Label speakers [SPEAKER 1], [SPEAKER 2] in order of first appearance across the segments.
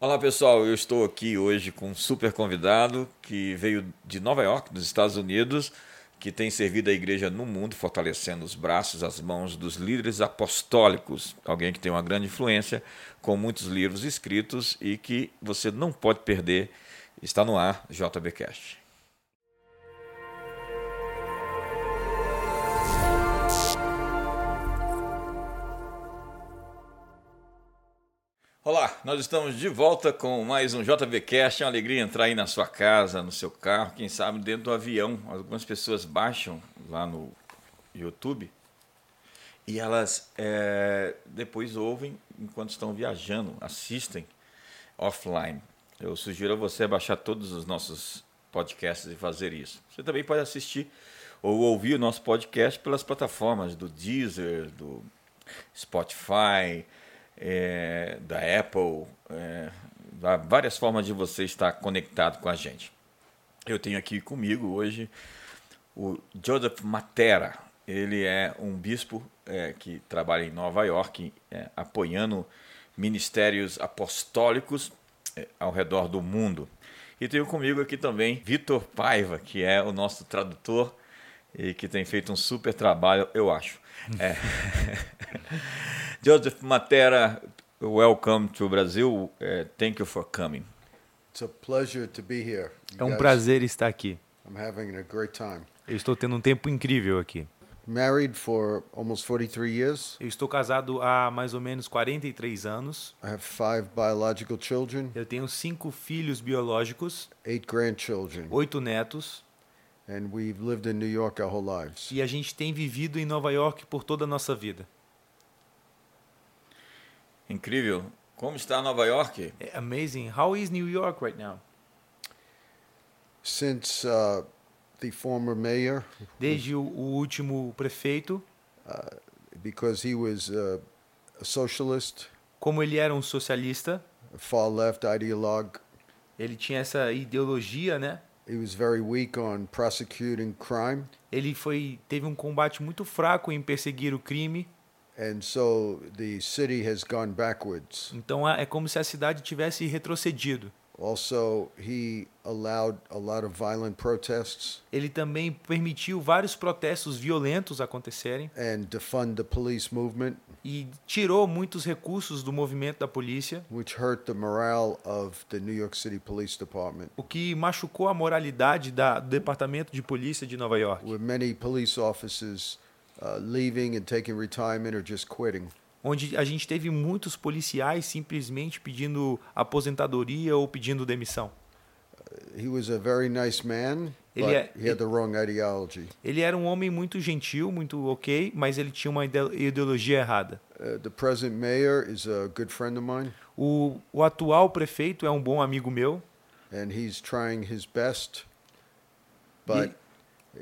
[SPEAKER 1] Olá pessoal, eu estou aqui hoje com um super convidado que veio de Nova York, nos Estados Unidos, que tem servido a igreja no mundo, fortalecendo os braços, as mãos dos líderes apostólicos, alguém que tem uma grande influência, com muitos livros escritos e que você não pode perder. Está no ar, JBcast. Olá, nós estamos de volta com mais um JVCast. É uma alegria entrar aí na sua casa, no seu carro, quem sabe dentro do avião. Algumas pessoas baixam lá no YouTube e elas é, depois ouvem enquanto estão viajando, assistem offline. Eu sugiro a você baixar todos os nossos podcasts e fazer isso. Você também pode assistir ou ouvir o nosso podcast pelas plataformas do Deezer, do Spotify. É, da Apple, é, há várias formas de você estar conectado com a gente. Eu tenho aqui comigo hoje o Joseph Matera. Ele é um bispo é, que trabalha em Nova York, é, apoiando ministérios apostólicos é, ao redor do mundo. E tenho comigo aqui também Vitor Paiva, que é o nosso tradutor e que tem feito um super trabalho, eu acho. É. Joseph Matera, welcome to Brazil. Uh, thank you for coming.
[SPEAKER 2] It's a pleasure to be here.
[SPEAKER 3] É um prazer estar aqui.
[SPEAKER 2] I'm having a great time.
[SPEAKER 3] Eu estou tendo um tempo incrível aqui.
[SPEAKER 2] Married for almost 43 years.
[SPEAKER 3] Eu estou casado há mais ou menos 43 anos.
[SPEAKER 2] I have five biological children,
[SPEAKER 3] Eu tenho cinco filhos biológicos,
[SPEAKER 2] eight grandchildren,
[SPEAKER 3] oito netos,
[SPEAKER 2] and we've lived in New York our whole lives.
[SPEAKER 3] e a gente tem vivido em Nova York por toda a nossa vida.
[SPEAKER 1] Incrível. Como está Nova York?
[SPEAKER 3] É amazing. How is New York right now?
[SPEAKER 2] Since uh, the former mayor,
[SPEAKER 3] Desde o, o último prefeito,
[SPEAKER 2] because he was uh, a socialist,
[SPEAKER 3] como ele era um socialista,
[SPEAKER 2] a far left ideologue,
[SPEAKER 3] ele tinha essa ideologia, né?
[SPEAKER 2] he was very weak on prosecuting crime,
[SPEAKER 3] Ele foi teve um combate muito fraco em perseguir o crime.
[SPEAKER 2] and so the city has gone backwards.
[SPEAKER 3] Então é é como se a cidade tivesse retrocedido.
[SPEAKER 2] Also, he allowed a lot of violent protests
[SPEAKER 3] Ele também permitiu vários protestos violentos acontecerem
[SPEAKER 2] and defund the police movement,
[SPEAKER 3] e tirou muitos recursos do movimento da polícia,
[SPEAKER 2] which hurt the morale of the New York City Police Department,
[SPEAKER 3] o que machucou a moralidade da, do Departamento de Polícia de Nova York,
[SPEAKER 2] with many police officers uh, leaving and taking retirement or just quitting.
[SPEAKER 3] onde a gente teve muitos policiais simplesmente pedindo aposentadoria ou pedindo demissão.
[SPEAKER 2] He was a very nice man,
[SPEAKER 3] Ele
[SPEAKER 2] but
[SPEAKER 3] é-
[SPEAKER 2] he had the wrong ideology.
[SPEAKER 3] Ele era um homem muito gentil, muito ok, mas ele tinha uma ide- ideologia errada.
[SPEAKER 2] Uh, the present mayor is a good friend of mine,
[SPEAKER 3] O, o atual prefeito é um bom amigo meu,
[SPEAKER 2] and he's trying his best, but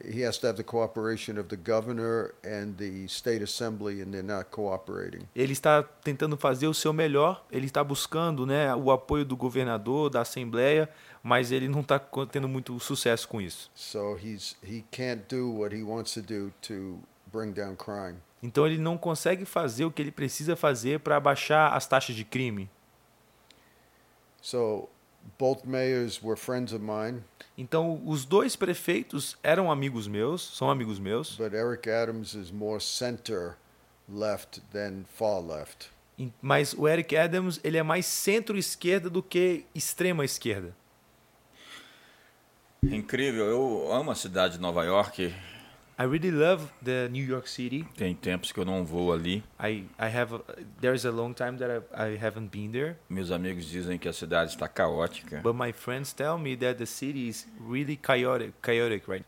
[SPEAKER 2] he has to have the cooperation of the governor and the state assembly, and they're not cooperating.
[SPEAKER 3] Ele está tentando fazer o seu melhor, ele está buscando né, o apoio do governador, da Assembleia, mas ele não está co- tendo muito sucesso com isso.
[SPEAKER 2] So he's he can't do what he wants to do to bring down crime.
[SPEAKER 3] Então ele não consegue fazer o que ele precisa fazer para abaixar as taxas de crime.
[SPEAKER 2] So both mayors were friends of mine,
[SPEAKER 3] Então os dois prefeitos eram amigos meus, são amigos meus,
[SPEAKER 2] but Eric Adams is more center left than far left.
[SPEAKER 3] em- mas o Eric Adams ele é mais centro-esquerda do que extrema-esquerda.
[SPEAKER 1] Incrível. Eu amo a cidade de Nova York.
[SPEAKER 3] I really love the New York City.
[SPEAKER 1] Tem tempos que eu não vou ali.
[SPEAKER 3] I I have a, there's a long time that I, I haven't been there.
[SPEAKER 1] Meus amigos dizem que a cidade está caótica.
[SPEAKER 3] But my friends tell me that the city is really chaotic, chaotic right?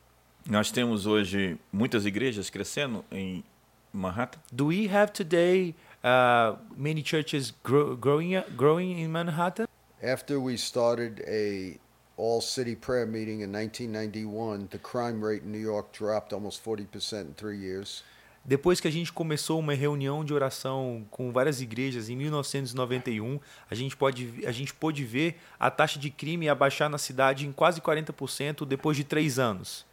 [SPEAKER 1] Nós temos hoje muitas igrejas crescendo em Manhattan.
[SPEAKER 3] Do we have today uh, many churches grow, growing growing in Manhattan?
[SPEAKER 2] After we started a all-city prayer meeting in 1991, the crime rate in New York dropped almost 40% in 3 years.
[SPEAKER 3] Depois que a gente começou uma reunião de oração com várias igrejas em 1991, a gente pode a gente pôde ver a taxa de crime abaixar na cidade em quase 40% depois de três anos.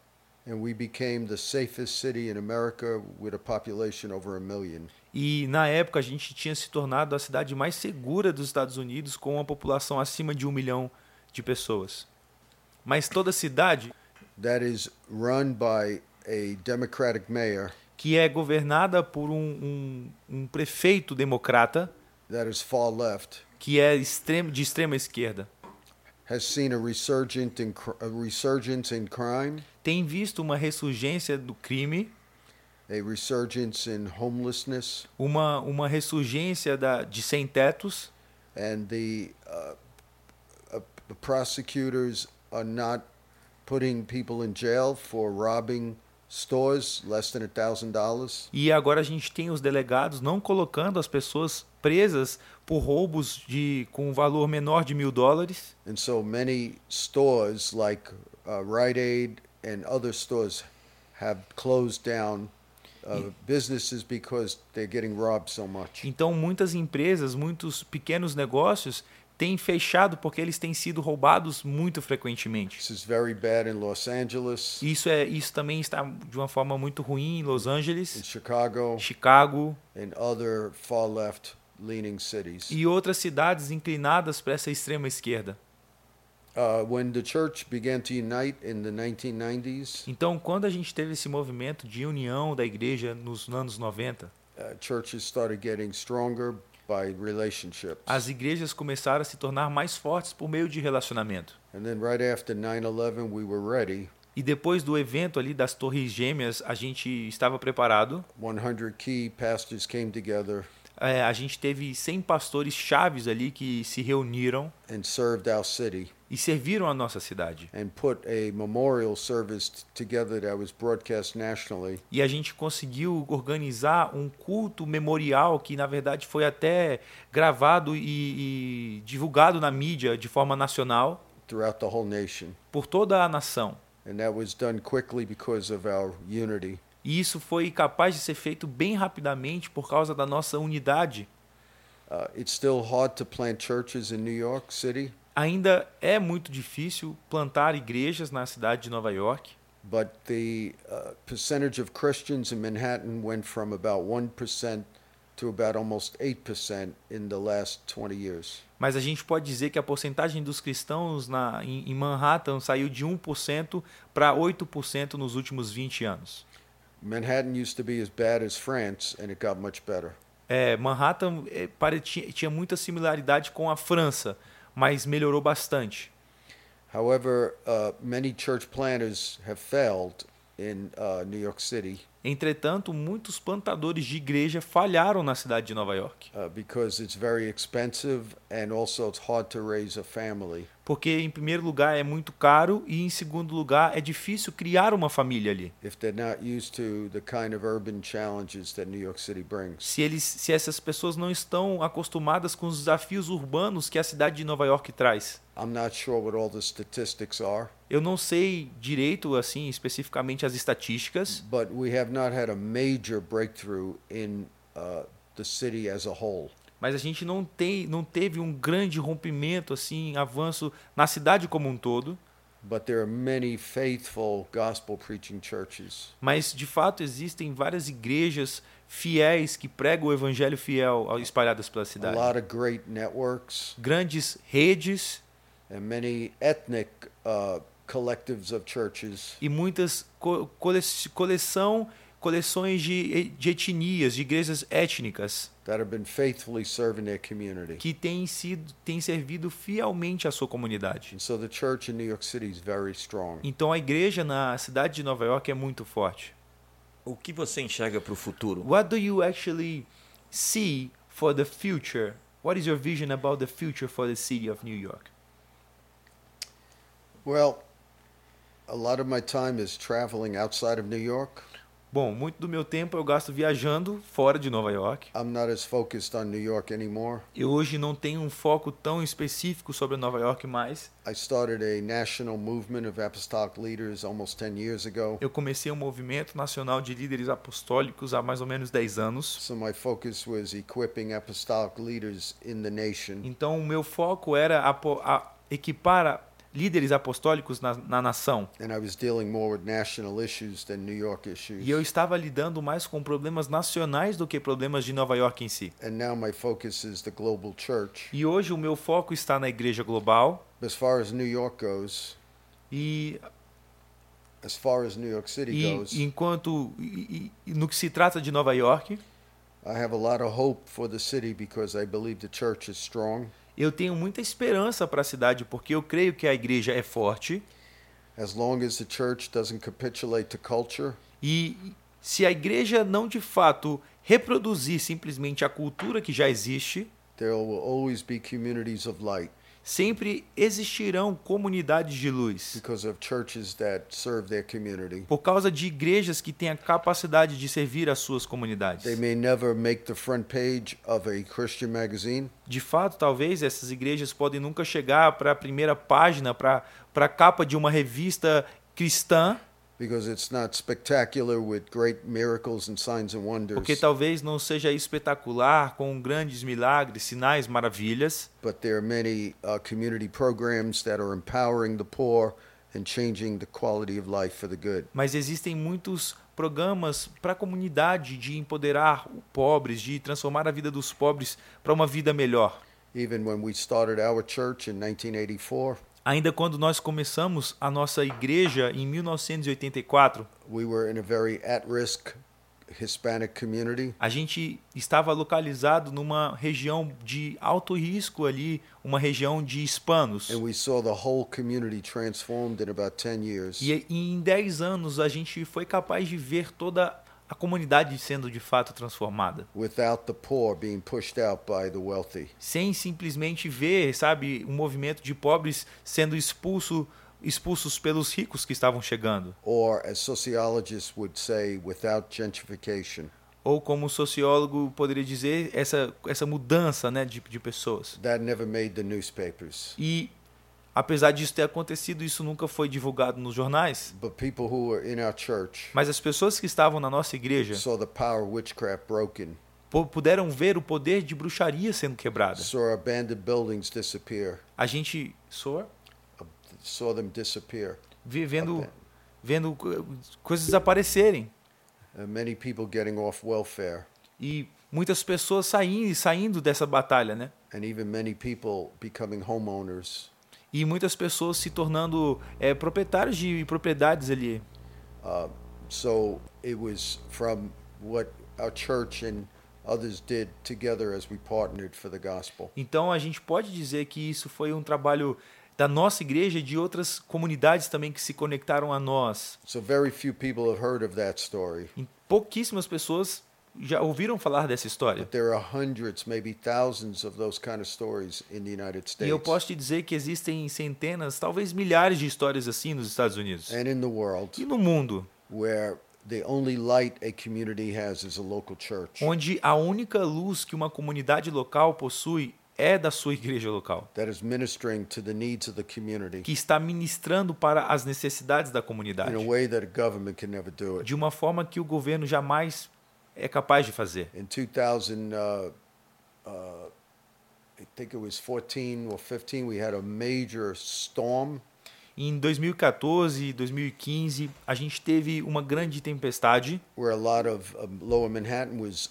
[SPEAKER 2] and we became the safest city in America with a population over a million.
[SPEAKER 3] E na época a gente tinha se tornado a cidade mais segura dos Estados Unidos, com uma população acima de um milhão de pessoas. Mas toda cidade
[SPEAKER 2] That is run by a Democratic mayor
[SPEAKER 3] que é governada por um, um, um prefeito democrata
[SPEAKER 2] that is far left
[SPEAKER 3] que é extremo, de extrema esquerda
[SPEAKER 2] has seen a resurgent in cr- a resurgence in crime,
[SPEAKER 3] tem visto uma ressurgência do crime,
[SPEAKER 2] a resurgence in homelessness,
[SPEAKER 3] uma, uma ressurgência da, de sem-tetos
[SPEAKER 2] and the uh, uh, the prosecutors are not putting people in jail for robbing stores less than a thousand dollars.
[SPEAKER 3] e agora a gente tem os delegados não colocando as pessoas presas por roubos de, com um valor menor de mil dólares.
[SPEAKER 2] And so many stores like uh, Rite Aid and other stores have closed down uh, businesses because they're getting robbed so much.
[SPEAKER 3] Então muitas empresas, muitos pequenos negócios têm fechado porque eles têm sido roubados muito frequentemente.
[SPEAKER 2] This is very bad in Los Angeles,
[SPEAKER 3] Isso, é, isso também está de uma forma muito ruim em Los
[SPEAKER 2] in
[SPEAKER 3] Angeles,
[SPEAKER 2] Chicago,
[SPEAKER 3] Chicago,
[SPEAKER 2] and other far left leaning cities.
[SPEAKER 3] e outras cidades inclinadas para essa extrema esquerda.
[SPEAKER 2] Uh, when the church began to unite in the 1990s,
[SPEAKER 3] Então, quando a gente teve esse movimento de união da igreja nos anos 90,
[SPEAKER 2] uh, churches started getting stronger by relationships.
[SPEAKER 3] as igrejas começaram a se tornar mais fortes por meio de relacionamento.
[SPEAKER 2] And then right after 9/11, we were ready.
[SPEAKER 3] E depois do evento ali das Torres Gêmeas, a gente estava preparado.
[SPEAKER 2] 100 key pastors came together
[SPEAKER 3] É, a gente teve 100 pastores chaves ali que se reuniram
[SPEAKER 2] and served our city
[SPEAKER 3] e serviram a nossa cidade.
[SPEAKER 2] and put a memorial service t- together that was broadcast nationally.
[SPEAKER 3] E a gente conseguiu organizar um culto memorial que, na verdade, foi até gravado e- e divulgado na mídia de forma nacional.
[SPEAKER 2] throughout the whole nation.
[SPEAKER 3] por toda a nação.
[SPEAKER 2] And that was done quickly because of our unity.
[SPEAKER 3] E isso foi capaz de ser feito bem rapidamente por causa da nossa unidade.
[SPEAKER 2] Uh, it's still hard to plant churches in New York City,
[SPEAKER 3] Ainda é muito difícil plantar igrejas na cidade de Nova York,
[SPEAKER 2] but the uh, percentage of Christians in Manhattan went from about 1% to about almost 8% in the last 20 years.
[SPEAKER 3] mas a gente pode dizer que a porcentagem dos cristãos na, em, em Manhattan saiu de 1% para 8% nos últimos 20 anos.
[SPEAKER 2] Manhattan used to be as bad as France, and it got much better.
[SPEAKER 3] É, Manhattan é, pare- tinha, tinha muita similaridade com a França, mas melhorou bastante.
[SPEAKER 2] However, uh, many church planters have failed in uh, New York City
[SPEAKER 3] Entretanto, muitos plantadores de igreja falharam na cidade de Nova York.
[SPEAKER 2] uh, because it's very expensive and also it's hard to raise a family.
[SPEAKER 3] Porque, em primeiro lugar, é muito caro e, em segundo lugar, é difícil criar uma família ali.
[SPEAKER 2] if they're not used to the kind of urban challenges that New York City brings.
[SPEAKER 3] Se, eles, se essas pessoas não estão acostumadas com os desafios urbanos que a cidade de Nova York traz.
[SPEAKER 2] I'm not sure what all the statistics are,
[SPEAKER 3] Eu não sei direito, assim, especificamente as estatísticas,
[SPEAKER 2] but we have not had a major breakthrough in uh, the city as a whole.
[SPEAKER 3] mas a gente não, tem, não teve um grande rompimento, assim, avanço na cidade como um todo.
[SPEAKER 2] But there are many faithful gospel preaching churches
[SPEAKER 3] Mas, de fato, existem várias igrejas fiéis que pregam o evangelho fiel ao- espalhadas pela
[SPEAKER 2] a
[SPEAKER 3] cidade.
[SPEAKER 2] lot of great networks
[SPEAKER 3] Grandes redes
[SPEAKER 2] and many ethnic uh, collectives of churches
[SPEAKER 3] e muitas co- cole- coleção, coleções de, de etnias, de igrejas étnicas,
[SPEAKER 2] that have been faithfully serving their community.
[SPEAKER 3] que têm, sido, têm servido fielmente à sua comunidade.
[SPEAKER 2] And so the church in New York City is very strong.
[SPEAKER 3] Então a igreja na cidade de Nova York é muito forte.
[SPEAKER 1] O que você enxerga para o futuro?
[SPEAKER 3] What do you actually see for the future? What is your vision about the future for the city of New York?
[SPEAKER 2] Well, a lot of my time is traveling outside of New York.
[SPEAKER 3] Bom, muito do meu tempo eu gasto viajando fora de Nova York.
[SPEAKER 2] I'm not as focused on New York anymore.
[SPEAKER 3] Eu hoje não tenho um foco tão específico sobre Nova York mais.
[SPEAKER 2] I started a national movement of apostolic leaders almost 10 years ago.
[SPEAKER 3] Eu comecei um movimento nacional de líderes apostólicos há mais ou menos 10 anos.
[SPEAKER 2] So my focus was equipping apostolic leaders in the nation
[SPEAKER 3] Então, o meu foco era apo- a- equipar a- líderes apostólicos na, na nação.
[SPEAKER 2] and I was dealing more with national issues than New York issues.
[SPEAKER 3] E eu estava lidando mais com problemas nacionais do que problemas de Nova York em si.
[SPEAKER 2] and now my focus is the global church.
[SPEAKER 3] E hoje o meu foco está na igreja global
[SPEAKER 2] As far as New York goes,
[SPEAKER 3] e,
[SPEAKER 2] as far as New York City
[SPEAKER 3] e
[SPEAKER 2] goes,
[SPEAKER 3] enquanto e- e- e no que se trata de Nova York,
[SPEAKER 2] I have a lot of hope for the city because I believe the church is strong.
[SPEAKER 3] eu tenho muita esperança para a cidade porque eu creio que a igreja é forte
[SPEAKER 2] As long as the church doesn't capitulate to culture,
[SPEAKER 3] e se a igreja não de fato reproduzir simplesmente a cultura que já existe,
[SPEAKER 2] there will always be communities of light
[SPEAKER 3] sempre existirão comunidades de luz
[SPEAKER 2] because of churches that serve their community.
[SPEAKER 3] por causa de igrejas que têm a capacidade de servir as suas comunidades.
[SPEAKER 2] They may never make the front page of a Christian magazine,
[SPEAKER 3] De fato, talvez essas igrejas podem nunca chegar para a primeira página, para a capa de uma revista cristã,
[SPEAKER 2] because it's not spectacular with great miracles and signs and wonders.
[SPEAKER 3] porque talvez não seja espetacular, com grandes milagres, sinais, maravilhas,
[SPEAKER 2] But there are many uh, community programs that are empowering the poor and changing the quality of life for the good.
[SPEAKER 3] mas existem muitos programas para a comunidade de empoderar os pobres, de transformar a vida dos pobres para uma vida melhor.
[SPEAKER 2] Even when we started our church in 1984,
[SPEAKER 3] Ainda quando nós começamos a nossa igreja em 1984,
[SPEAKER 2] we were in a very at risk Hispanic community.
[SPEAKER 3] A gente estava localizado numa região de alto risco ali, uma região de hispanos.
[SPEAKER 2] And we saw the whole community transformed in about 10 years.
[SPEAKER 3] E em 10 anos a gente foi capaz de ver toda a comunidade sendo de fato transformada.
[SPEAKER 2] Without the poor being pushed out by the wealthy.
[SPEAKER 3] Sem simplesmente ver, sabe, um movimento de pobres sendo expulso, expulsos pelos ricos que estavam chegando.
[SPEAKER 2] Or, as sociologists would say, without gentrification.
[SPEAKER 3] Ou como o sociólogo poderia dizer, essa, essa mudança né, de, de pessoas.
[SPEAKER 2] That never made the newspapers.
[SPEAKER 3] E apesar disso ter acontecido, isso nunca foi divulgado nos jornais.
[SPEAKER 2] But people who were in our church
[SPEAKER 3] Mas as pessoas que estavam na nossa igreja
[SPEAKER 2] saw the power of witchcraft broken,
[SPEAKER 3] pu- puderam ver o poder de bruxaria sendo quebrada.
[SPEAKER 2] saw abandoned buildings disappear,
[SPEAKER 3] A gente soa
[SPEAKER 2] saw them disappear.
[SPEAKER 3] vivendo
[SPEAKER 2] Até.
[SPEAKER 3] vendo co- coisas desaparecerem
[SPEAKER 2] Uh, many people getting off welfare,
[SPEAKER 3] e muitas pessoas saindo saindo dessa batalha, né?
[SPEAKER 2] and even many people becoming homeowners.
[SPEAKER 3] E muitas pessoas se tornando eh, proprietários de propriedades ali.
[SPEAKER 2] Uh, so it was from what our church and others did together as we partnered for the gospel.
[SPEAKER 3] Então a gente pode dizer que isso foi um trabalho da nossa igreja e de outras comunidades também que se conectaram a nós.
[SPEAKER 2] So very few people have heard of that story.
[SPEAKER 3] E pouquíssimas pessoas já ouviram falar dessa história.
[SPEAKER 2] But there are hundreds, maybe thousands of those kind of stories in the United
[SPEAKER 3] E
[SPEAKER 2] States
[SPEAKER 3] eu posso te dizer que existem centenas, talvez milhares de histórias assim nos Estados Unidos
[SPEAKER 2] and in the world.
[SPEAKER 3] e no mundo,
[SPEAKER 2] where the only light a community has is a local church.
[SPEAKER 3] onde a única luz que uma comunidade local possui é da sua igreja local,
[SPEAKER 2] that is ministering to the needs of the community
[SPEAKER 3] que está ministrando para as necessidades da
[SPEAKER 2] in
[SPEAKER 3] comunidade,
[SPEAKER 2] a way that a government can never do it.
[SPEAKER 3] de uma forma que o governo jamais é capaz de fazer.
[SPEAKER 2] In 2000, uh, uh, I think it was 14 or 15, we had a major storm
[SPEAKER 3] Em 2014 e 2015, a gente teve uma grande tempestade,
[SPEAKER 2] where a lot of um, lower Manhattan was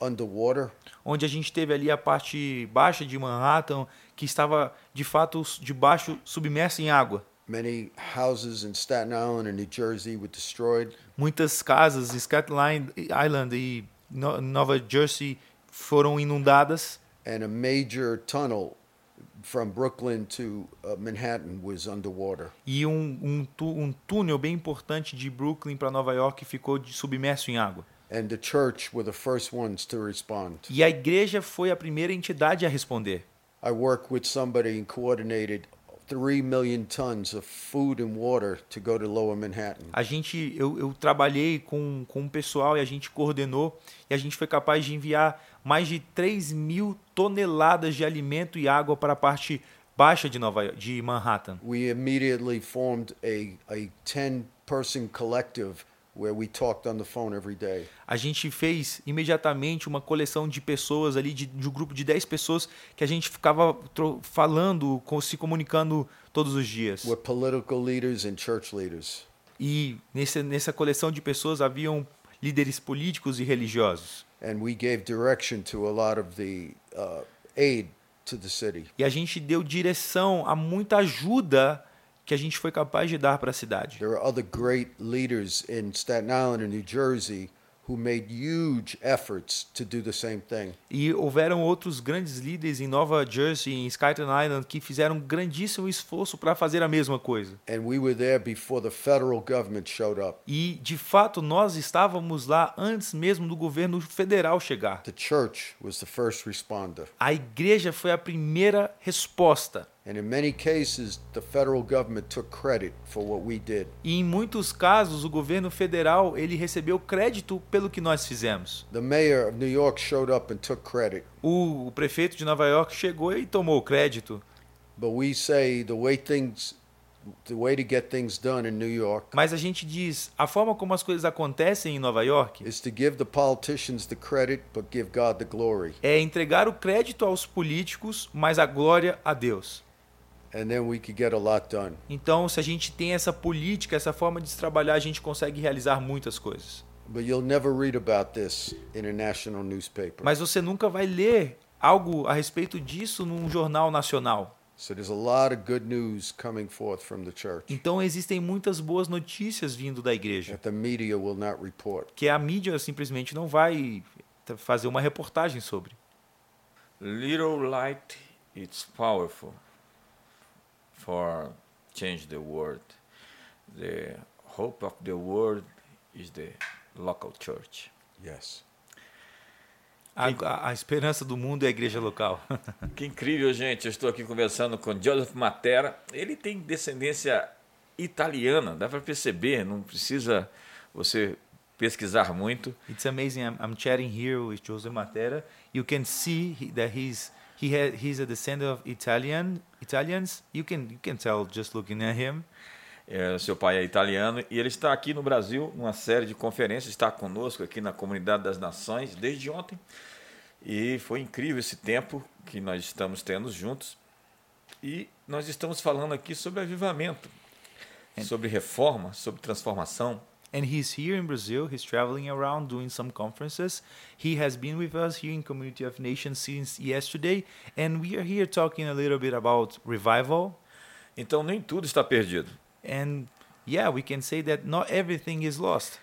[SPEAKER 2] underwater.
[SPEAKER 3] onde a gente teve ali a parte baixa de Manhattan que estava de fato debaixo submersa em água.
[SPEAKER 2] Many houses in Staten Island and New Jersey were destroyed.
[SPEAKER 3] Muitas casas em Staten Island e No- Nova Jersey foram inundadas
[SPEAKER 2] And a major tunnel from Brooklyn to uh, Manhattan was underwater.
[SPEAKER 3] e um, um, tu- um túnel bem importante de Brooklyn para Nova York ficou de- submerso em água.
[SPEAKER 2] and the church were the first ones to respond.
[SPEAKER 3] E a igreja foi a primeira entidade a responder.
[SPEAKER 2] I worked with somebody and coordinated 3 million tons of food and water to go to lower Manhattan.
[SPEAKER 3] A gente, eu, eu trabalhei com, com o pessoal e a gente coordenou e a gente foi capaz de enviar mais de 3 mil toneladas de alimento e água para a parte baixa de, Nova, Yo- de Manhattan.
[SPEAKER 2] We immediately formed a, a 10 person collective where we talked on the phone every day.
[SPEAKER 3] A gente fez imediatamente uma coleção de pessoas ali, de, de um grupo de 10 pessoas que a gente ficava tro- falando, com- se comunicando todos os dias.
[SPEAKER 2] We're political leaders and church leaders.
[SPEAKER 3] E nesse, nessa coleção de pessoas haviam líderes políticos e religiosos.
[SPEAKER 2] And we gave direction to a lot of the uh, aid to the city.
[SPEAKER 3] E a gente deu direção a muita ajuda que a gente foi capaz de dar para a cidade.
[SPEAKER 2] There are other great leaders in Staten Island and New Jersey who made huge efforts to do the same thing.
[SPEAKER 3] E houveram outros grandes líderes em Nova Jersey, em Staten Island, que fizeram um grandíssimo esforço para fazer a mesma coisa.
[SPEAKER 2] And we were there before the federal government showed up.
[SPEAKER 3] E, de fato, nós estávamos lá antes mesmo do governo federal chegar.
[SPEAKER 2] The church was the first responder.
[SPEAKER 3] A igreja foi a primeira resposta.
[SPEAKER 2] And in many cases, the federal government took credit for what we did.
[SPEAKER 3] E, em muitos casos, o governo federal ele recebeu crédito pelo que nós fizemos.
[SPEAKER 2] The mayor of New York showed up and took credit.
[SPEAKER 3] O, o prefeito de Nova York chegou e tomou o crédito.
[SPEAKER 2] But we say the way things, the way to get things done in New York
[SPEAKER 3] Mas a gente diz, a forma como as coisas acontecem em Nova York
[SPEAKER 2] is to give the politicians the credit, but give God the glory.
[SPEAKER 3] é entregar o crédito aos políticos, mas a glória a Deus.
[SPEAKER 2] And then we could get a lot done.
[SPEAKER 3] Então, se a gente tem essa política, essa forma de se trabalhar, a gente consegue realizar muitas coisas.
[SPEAKER 2] But you'll never read about this in a national newspaper.
[SPEAKER 3] Mas você nunca vai ler algo a respeito disso num jornal nacional.
[SPEAKER 2] So there's a lot of good news coming forth from the church
[SPEAKER 3] Então existem muitas boas notícias vindo da igreja,
[SPEAKER 2] that the media will not report.
[SPEAKER 3] que a mídia simplesmente não vai t- fazer uma reportagem sobre.
[SPEAKER 1] Little light, it's powerful for change the world. The hope of the world is the local church.
[SPEAKER 2] Yes.
[SPEAKER 3] A, a- a esperança do mundo é a igreja local.
[SPEAKER 1] Que incrível, gente. Eu estou aqui conversando com Joseph Matera. Ele tem descendência italiana, dá para perceber, não precisa você pesquisar muito.
[SPEAKER 3] It's amazing. I'm, I'm chatting here with José Matera. You can see he- that he's he ha, he's a descendant of Italian Italians. You can you can tell just looking at him.
[SPEAKER 1] É, seu pai é italiano e ele está aqui no Brasil numa série de conferências, está conosco aqui na Comunidade das Nações desde ontem. E foi incrível esse tempo que nós estamos tendo juntos. E nós estamos falando aqui sobre avivamento, sobre reforma, sobre transformação.
[SPEAKER 3] and he's here in Brazil. He's traveling around doing some conferences. He has been with us here in Community of Nations since yesterday, and we are here talking a little bit about revival.
[SPEAKER 1] Então nem tudo está perdido.
[SPEAKER 3] And yeah, we can say that not everything is lost,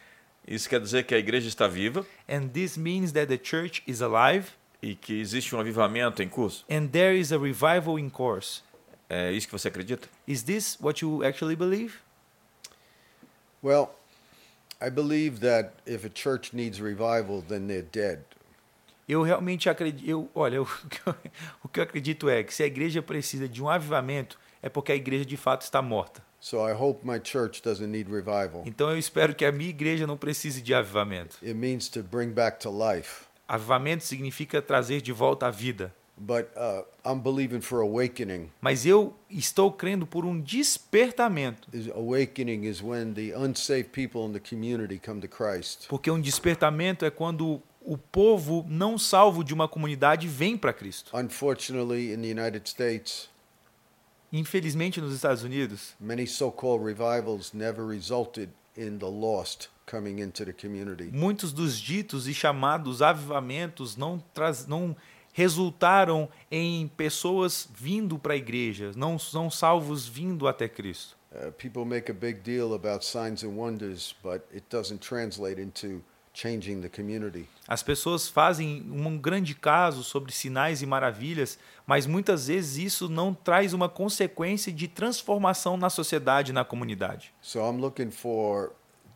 [SPEAKER 1] Isso quer dizer que a igreja está viva
[SPEAKER 3] and this means that the church is alive
[SPEAKER 1] e que existe um avivamento em curso.
[SPEAKER 3] and there is a revival in course.
[SPEAKER 1] É isso que você acredita?
[SPEAKER 3] Is this what you actually believe?
[SPEAKER 2] Well, I believe that if a church needs revival, then they're dead.
[SPEAKER 3] Eu realmente acredito. Eu, olha, o que eu- o que eu acredito é que se a igreja precisa de um avivamento, é porque a igreja de fato está morta.
[SPEAKER 2] So I hope my church doesn't need revival.
[SPEAKER 3] Então eu espero que a minha igreja não precise de avivamento.
[SPEAKER 2] It means to bring back to life.
[SPEAKER 3] Avivamento significa trazer de volta a vida.
[SPEAKER 2] But uh, I'm believing for awakening.
[SPEAKER 3] Mas eu estou crendo por um despertamento.
[SPEAKER 2] Is- Awakening is when the unsaved people in the community come to Christ.
[SPEAKER 3] Porque um despertamento é quando o povo não salvo de uma comunidade vem para Cristo.
[SPEAKER 2] Unfortunately, in the United States,
[SPEAKER 3] Infelizmente, nos Estados Unidos,
[SPEAKER 2] many so called revivals never resulted in the lost coming into the community.
[SPEAKER 3] muitos dos ditos e chamados avivamentos não, traz, não resultaram em pessoas vindo para a igreja, não são salvos vindo até Cristo.
[SPEAKER 2] Uh, people make a big deal about signs and wonders, but it doesn't translate into changing the community.
[SPEAKER 3] As pessoas fazem um grande caso sobre sinais e maravilhas, mas muitas vezes isso não traz uma consequência de transformação na sociedade, na comunidade.
[SPEAKER 2] So I'm looking for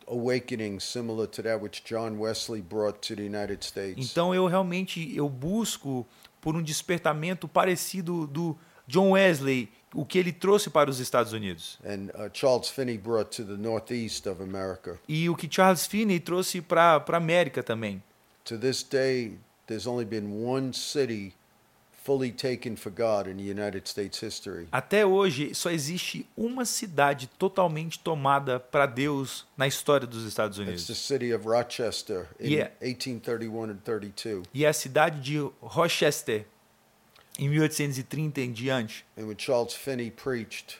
[SPEAKER 2] awakening similar to that which John Wesley brought to the United States.
[SPEAKER 3] Então eu realmente eu busco por um despertamento parecido do John Wesley, o que ele trouxe para os Estados Unidos.
[SPEAKER 2] and uh, Charles Finney brought to the northeast of America.
[SPEAKER 3] E o que Charles Finney trouxe para a América também.
[SPEAKER 2] To this day, there's only been one city fully taken for God in United States history.
[SPEAKER 3] Até hoje, só existe uma cidade totalmente tomada para Deus na história dos Estados
[SPEAKER 2] It's the
[SPEAKER 3] Unidos.
[SPEAKER 2] city of Rochester in
[SPEAKER 3] Yeah.
[SPEAKER 2] 1831 and 32,
[SPEAKER 3] E é a cidade de Rochester, em 1830 em diante,
[SPEAKER 2] and when Charles Finney preached,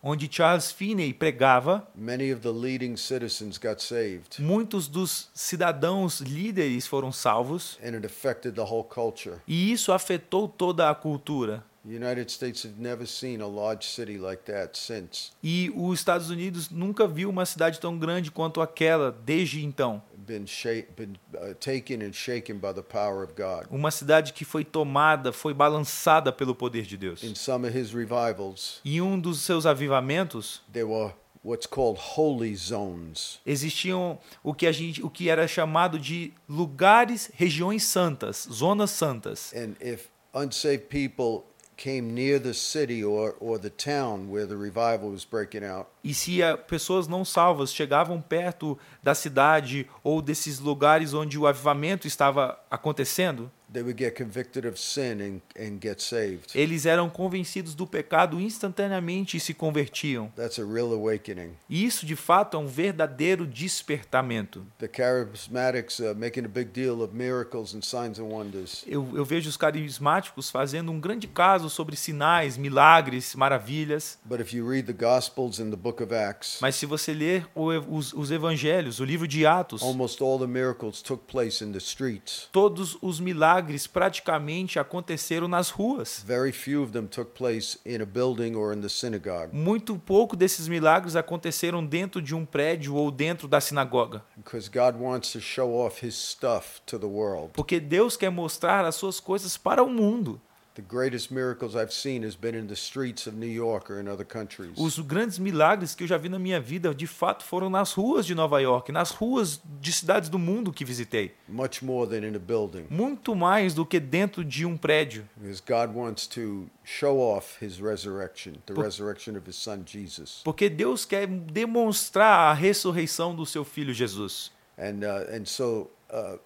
[SPEAKER 3] onde Charles Finney pregava,
[SPEAKER 2] many of the leading citizens got saved,
[SPEAKER 3] muitos dos cidadãos líderes foram salvos,
[SPEAKER 2] and it affected the whole culture.
[SPEAKER 3] e isso afetou toda a cultura.
[SPEAKER 2] The United States have never seen a large city like that since.
[SPEAKER 3] E os Estados Unidos nunca viu uma cidade tão grande quanto aquela desde então.
[SPEAKER 2] Been, sha- been uh, taken and shaken by the power of God.
[SPEAKER 3] Uma cidade que foi tomada, foi balançada pelo poder de Deus.
[SPEAKER 2] In some of his revivals,
[SPEAKER 3] Em um dos seus avivamentos,
[SPEAKER 2] there were what's called holy zones.
[SPEAKER 3] existiam o que a gente, o que era chamado de lugares, regiões santas, zonas santas.
[SPEAKER 2] And if unsaved people came near the city or, or the town where the revival was breaking out,
[SPEAKER 3] E se ah, pessoas não salvas chegavam perto da cidade ou desses lugares onde o avivamento estava acontecendo,
[SPEAKER 2] they would get convicted of sin and, and get saved.
[SPEAKER 3] eles eram convencidos do pecado instantaneamente e se convertiam.
[SPEAKER 2] That's a real awakening.
[SPEAKER 3] E isso de fato é um verdadeiro despertamento.
[SPEAKER 2] The charismatics are making a big deal of miracles and signs and wonders.
[SPEAKER 3] Eu, eu vejo os carismáticos fazendo um grande caso sobre sinais, milagres, maravilhas.
[SPEAKER 2] But if you read the Gospels and the book of Acts,
[SPEAKER 3] Mas se você ler o ev- os, os evangelhos, o livro de Atos,
[SPEAKER 2] almost all the miracles took place in the streets.
[SPEAKER 3] todos os milagres praticamente aconteceram nas ruas.
[SPEAKER 2] Very few of them took place in a building or in the synagogue
[SPEAKER 3] Muito pouco desses milagres aconteceram dentro de um prédio ou dentro da sinagoga.
[SPEAKER 2] because God wants to show off his stuff to the world.
[SPEAKER 3] Porque Deus quer mostrar as suas coisas para o mundo.
[SPEAKER 2] The greatest miracles I've seen has been in the streets of New York or in other countries.
[SPEAKER 3] Os grandes milagres que eu já vi na minha vida, de fato, foram nas ruas de Nova York, nas ruas de cidades do mundo que visitei.
[SPEAKER 2] Much more than in a building.
[SPEAKER 3] Muito mais do que dentro de um prédio.
[SPEAKER 2] Because God wants to show off his resurrection, the resurrection of his son Jesus.
[SPEAKER 3] Porque Deus quer demonstrar a ressurreição do seu filho Jesus.
[SPEAKER 2] And, uh, and so uh,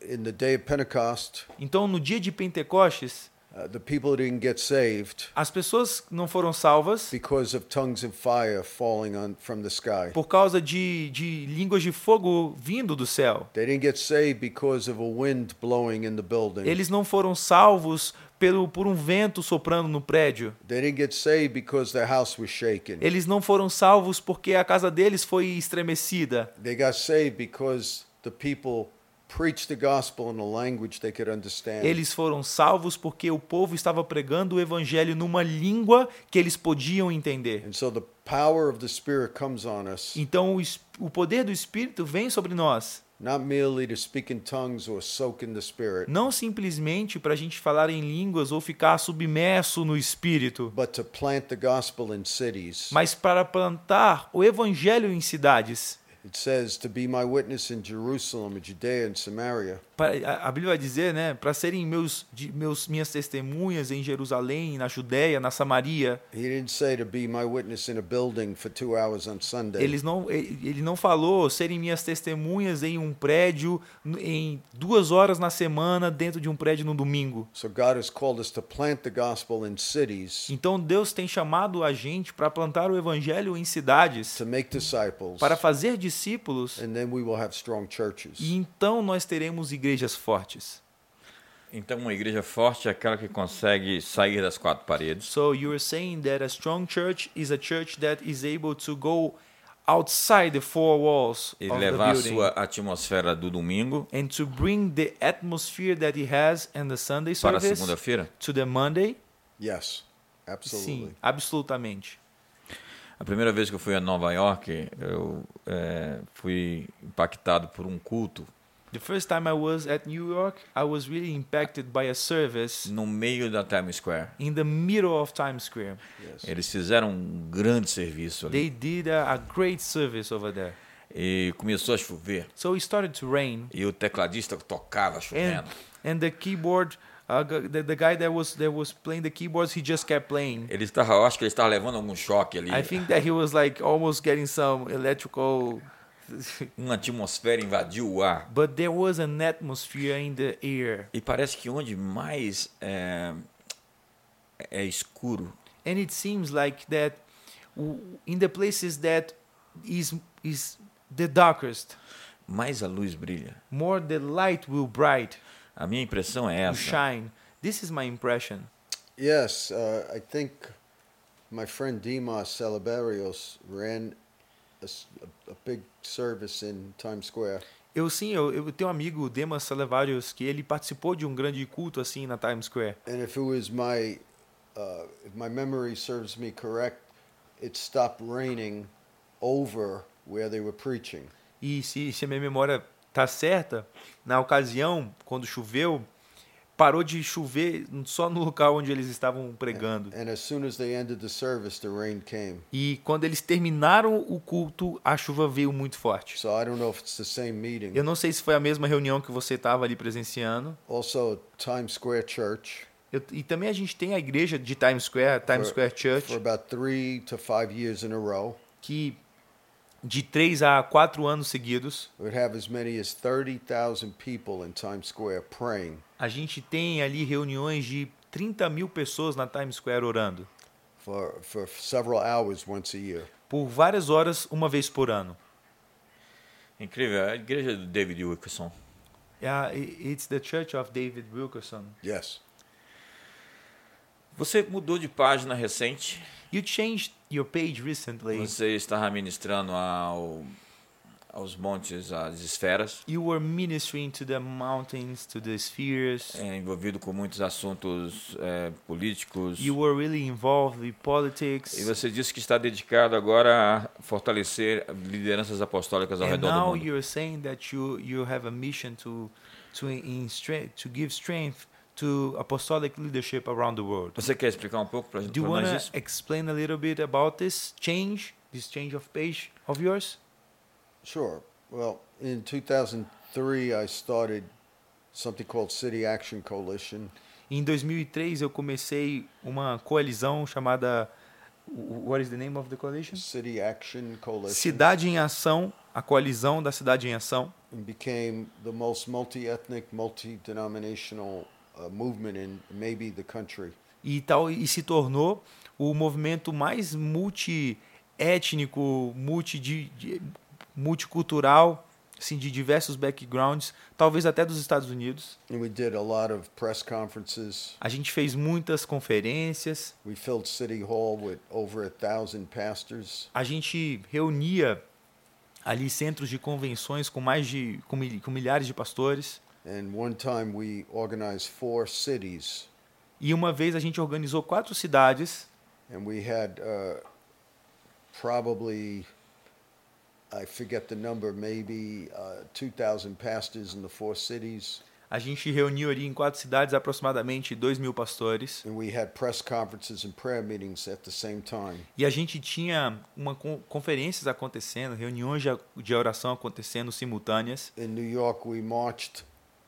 [SPEAKER 2] in the day of Pentecost,
[SPEAKER 3] Então, no dia de Pentecostes,
[SPEAKER 2] uh, the people didn't get saved
[SPEAKER 3] as pessoas que não foram salvas
[SPEAKER 2] because of tongues of fire falling on from the sky.
[SPEAKER 3] por causa de, de línguas de fogo vindo do céu.
[SPEAKER 2] They didn't get saved because of a wind blowing in the building.
[SPEAKER 3] Eles não foram salvos pelo, por um vento soprando no prédio.
[SPEAKER 2] They didn't get saved because their house was shaken.
[SPEAKER 3] Eles não foram salvos porque a casa deles foi estremecida.
[SPEAKER 2] They got saved because the people preached the gospel in a language they could understand.
[SPEAKER 3] Eles foram salvos porque o povo estava pregando o evangelho numa língua que eles podiam entender.
[SPEAKER 2] And so the power of the Spirit comes on us,
[SPEAKER 3] Então o, es- o poder do Espírito vem sobre nós,
[SPEAKER 2] not merely to speak in tongues or soak in the Spirit,
[SPEAKER 3] não simplesmente para a gente falar em línguas ou ficar submerso no Espírito,
[SPEAKER 2] but to plant the gospel in cities.
[SPEAKER 3] mas para plantar o evangelho em cidades.
[SPEAKER 2] It says to be my witness in Jerusalem and Judea and Samaria.
[SPEAKER 3] Pra- A a Bíblia vai dizer, né, para serem meus, de- meus, minhas testemunhas em Jerusalém, na Judéia, na Samaria.
[SPEAKER 2] He didn't say to be my witness in a building for two hours on Sunday.
[SPEAKER 3] Eles não, ele ele não falou serem minhas testemunhas em um prédio n- em duas horas na semana dentro de um prédio no domingo.
[SPEAKER 2] So God has called us to plant the gospel in cities,
[SPEAKER 3] Então Deus tem chamado a gente para plantar o evangelho em cidades,
[SPEAKER 2] to make disciples,
[SPEAKER 3] para fazer discípulos,
[SPEAKER 2] and then we will have strong churches.
[SPEAKER 3] e então nós teremos igrejas fortes.
[SPEAKER 1] Então, uma igreja forte é aquela que consegue sair das quatro paredes,
[SPEAKER 3] So you are saying that a strong church is a church that is able to go outside the four walls
[SPEAKER 1] e
[SPEAKER 3] of the
[SPEAKER 1] levar a
[SPEAKER 3] building
[SPEAKER 1] sua atmosfera do domingo
[SPEAKER 3] and to bring the atmosphere that he has in the Sunday
[SPEAKER 1] para a
[SPEAKER 3] service
[SPEAKER 1] segunda-feira?
[SPEAKER 3] to the Monday.
[SPEAKER 2] Yes, absolutely.
[SPEAKER 3] Sim, absolutamente.
[SPEAKER 1] A primeira vez que eu fui a Nova York, eu eh, fui impactado por um culto
[SPEAKER 3] The first time I was at New York, I was really impacted by a service
[SPEAKER 1] no meio da Times Square.
[SPEAKER 3] in the middle of Times Square.
[SPEAKER 2] Yes.
[SPEAKER 1] Eles fizeram um grande serviço ali
[SPEAKER 3] They did a, a great service over there.
[SPEAKER 1] e começou a chover.
[SPEAKER 3] So it started to rain,
[SPEAKER 1] E o tecladista tocava
[SPEAKER 3] and
[SPEAKER 1] chovendo.
[SPEAKER 3] and the keyboard, uh, gu- the, the guy that was that was playing the keyboards, he just kept playing.
[SPEAKER 1] Ele estava, eu acho que ele estava levando algum choque ali.
[SPEAKER 3] I think that he was like almost getting some electrical,
[SPEAKER 1] Uma atmosfera invadiu o ar.
[SPEAKER 3] but there was an atmosphere in the air.
[SPEAKER 1] E parece que onde mais eh, é escuro.
[SPEAKER 3] and it seems like that w- in the places that is is the darkest
[SPEAKER 1] Mais a luz brilha.
[SPEAKER 3] more the light will bright
[SPEAKER 1] A minha impressão é
[SPEAKER 3] will
[SPEAKER 1] essa.
[SPEAKER 3] shine this is my impression
[SPEAKER 2] Yes, uh, I think my friend Dimas Celeberios ran a, s- a- a big service in Times Square.
[SPEAKER 3] eu sim eu, eu tenho um amigo o Demas Salevarius que ele participou de um grande culto assim na Times Square
[SPEAKER 2] And if it was my, uh, if my memory serves me correct, it stopped raining over where they were preaching.
[SPEAKER 3] e se, se a minha memória tá certa na ocasião quando choveu parou de chover só no local onde eles estavam pregando
[SPEAKER 2] And as soon as they ended the service, the rain came.
[SPEAKER 3] e quando eles terminaram o culto a chuva veio muito forte
[SPEAKER 2] So I don't know if it's the same
[SPEAKER 3] Eu
[SPEAKER 2] meeting.
[SPEAKER 3] não sei se foi a mesma reunião que você estava ali presenciando.
[SPEAKER 2] Also, Times Square Church.
[SPEAKER 3] Eu- e também a gente tem a igreja de Times Square, a Times
[SPEAKER 2] for-
[SPEAKER 3] Square Church,
[SPEAKER 2] for about three to five years in a row.
[SPEAKER 3] que de três a quatro anos seguidos,
[SPEAKER 2] We'd have as many as 30,000 people in Times Square praying
[SPEAKER 3] a gente tem ali reuniões de 30 mil pessoas na Times Square orando.
[SPEAKER 2] for, for several hours once a year.
[SPEAKER 3] Por várias horas, uma vez por ano.
[SPEAKER 1] Incrível. A igreja do David Wilkerson.
[SPEAKER 3] É a- i- it's the Church of David Wilkerson.
[SPEAKER 2] Yes.
[SPEAKER 1] Você mudou de página recente.
[SPEAKER 3] You changed your page recently.
[SPEAKER 1] Você estava ministrando ao, aos montes, às esferas.
[SPEAKER 3] You were ministering to the mountains, to the spheres.
[SPEAKER 1] É, envolvido com muitos assuntos é, políticos.
[SPEAKER 3] You were really involved with
[SPEAKER 1] E
[SPEAKER 3] politics.
[SPEAKER 1] você disse que está dedicado agora a fortalecer lideranças apostólicas ao
[SPEAKER 3] and
[SPEAKER 1] redor
[SPEAKER 3] now
[SPEAKER 1] do mundo.
[SPEAKER 3] you're saying that you you have a mission to to in strength to give strength to apostolic leadership around the world.
[SPEAKER 1] Você quer explicar um pouco para
[SPEAKER 3] Do you
[SPEAKER 1] nós
[SPEAKER 3] want
[SPEAKER 1] isso?
[SPEAKER 3] to explain a little bit about this change, this change of page of yours?
[SPEAKER 2] Sure. Well, in 2003, I started something called City Action Coalition.
[SPEAKER 3] Em 2003 eu comecei uma coalizão chamada What is the name of the coalition?
[SPEAKER 2] City Action Coalition
[SPEAKER 3] Cidade em Ação, a coalizão da Cidade em Ação.
[SPEAKER 2] and became the most multi ethnic, multi denominational uh, movement in maybe the country.
[SPEAKER 3] e tal e se tornou o movimento mais multiétnico, multi de- de- multicultural, assim, de diversos backgrounds, talvez até dos Estados Unidos.
[SPEAKER 2] And we did a lot of press conferences.
[SPEAKER 3] A gente fez muitas conferências,
[SPEAKER 2] We filled City Hall with over a thousand pastors.
[SPEAKER 3] a gente reunia ali centros de convenções com mais de com, mil- com milhares de pastores
[SPEAKER 2] And one time we organized four cities,
[SPEAKER 3] e uma vez a gente organizou quatro cidades
[SPEAKER 2] and we had uh, probably, I forget the number, maybe uh, 2,000 pastors in the four cities.
[SPEAKER 3] a gente reuniu ali em quatro cidades aproximadamente dois mil pastores
[SPEAKER 2] And we had press conferences and prayer meetings at the same time.
[SPEAKER 3] E a gente tinha uma con- conferências acontecendo, reuniões de, a- de oração acontecendo simultâneas.
[SPEAKER 2] In New York, we marched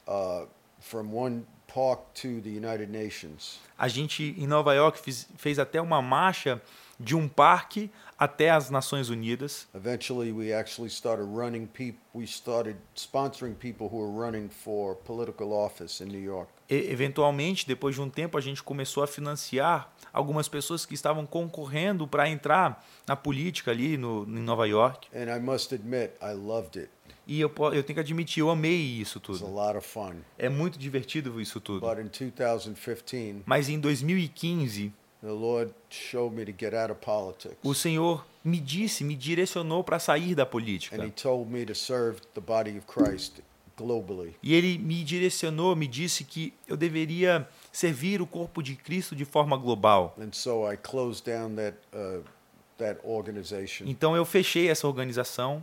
[SPEAKER 2] uh, from one park to the United Nations.
[SPEAKER 3] A gente, em Nova York, fiz- fez até uma marcha de um parque até as Nações Unidas.
[SPEAKER 2] Eventually, we actually started running people. We started sponsoring people who were running for political office in New York.
[SPEAKER 3] E, eventualmente, depois de um tempo, a gente começou a financiar algumas pessoas que estavam concorrendo para entrar na política ali no, em Nova York.
[SPEAKER 2] And I must admit, I loved it.
[SPEAKER 3] E eu, po- eu tenho que admitir, eu amei isso
[SPEAKER 2] It was a
[SPEAKER 3] tudo.
[SPEAKER 2] lot of fun.
[SPEAKER 3] É muito divertido isso tudo.
[SPEAKER 2] But in 2015,
[SPEAKER 3] Mas em 2015,
[SPEAKER 2] the Lord showed me to get out of politics.
[SPEAKER 3] O Senhor me disse, me direcionou para sair da
[SPEAKER 2] And He
[SPEAKER 3] política.
[SPEAKER 2] told me to serve the body of Christ globally.
[SPEAKER 3] E ele me direcionou, me disse que eu deveria servir o corpo de Cristo de forma global.
[SPEAKER 2] And so I closed down that, uh, that organization
[SPEAKER 3] Então eu fechei essa organização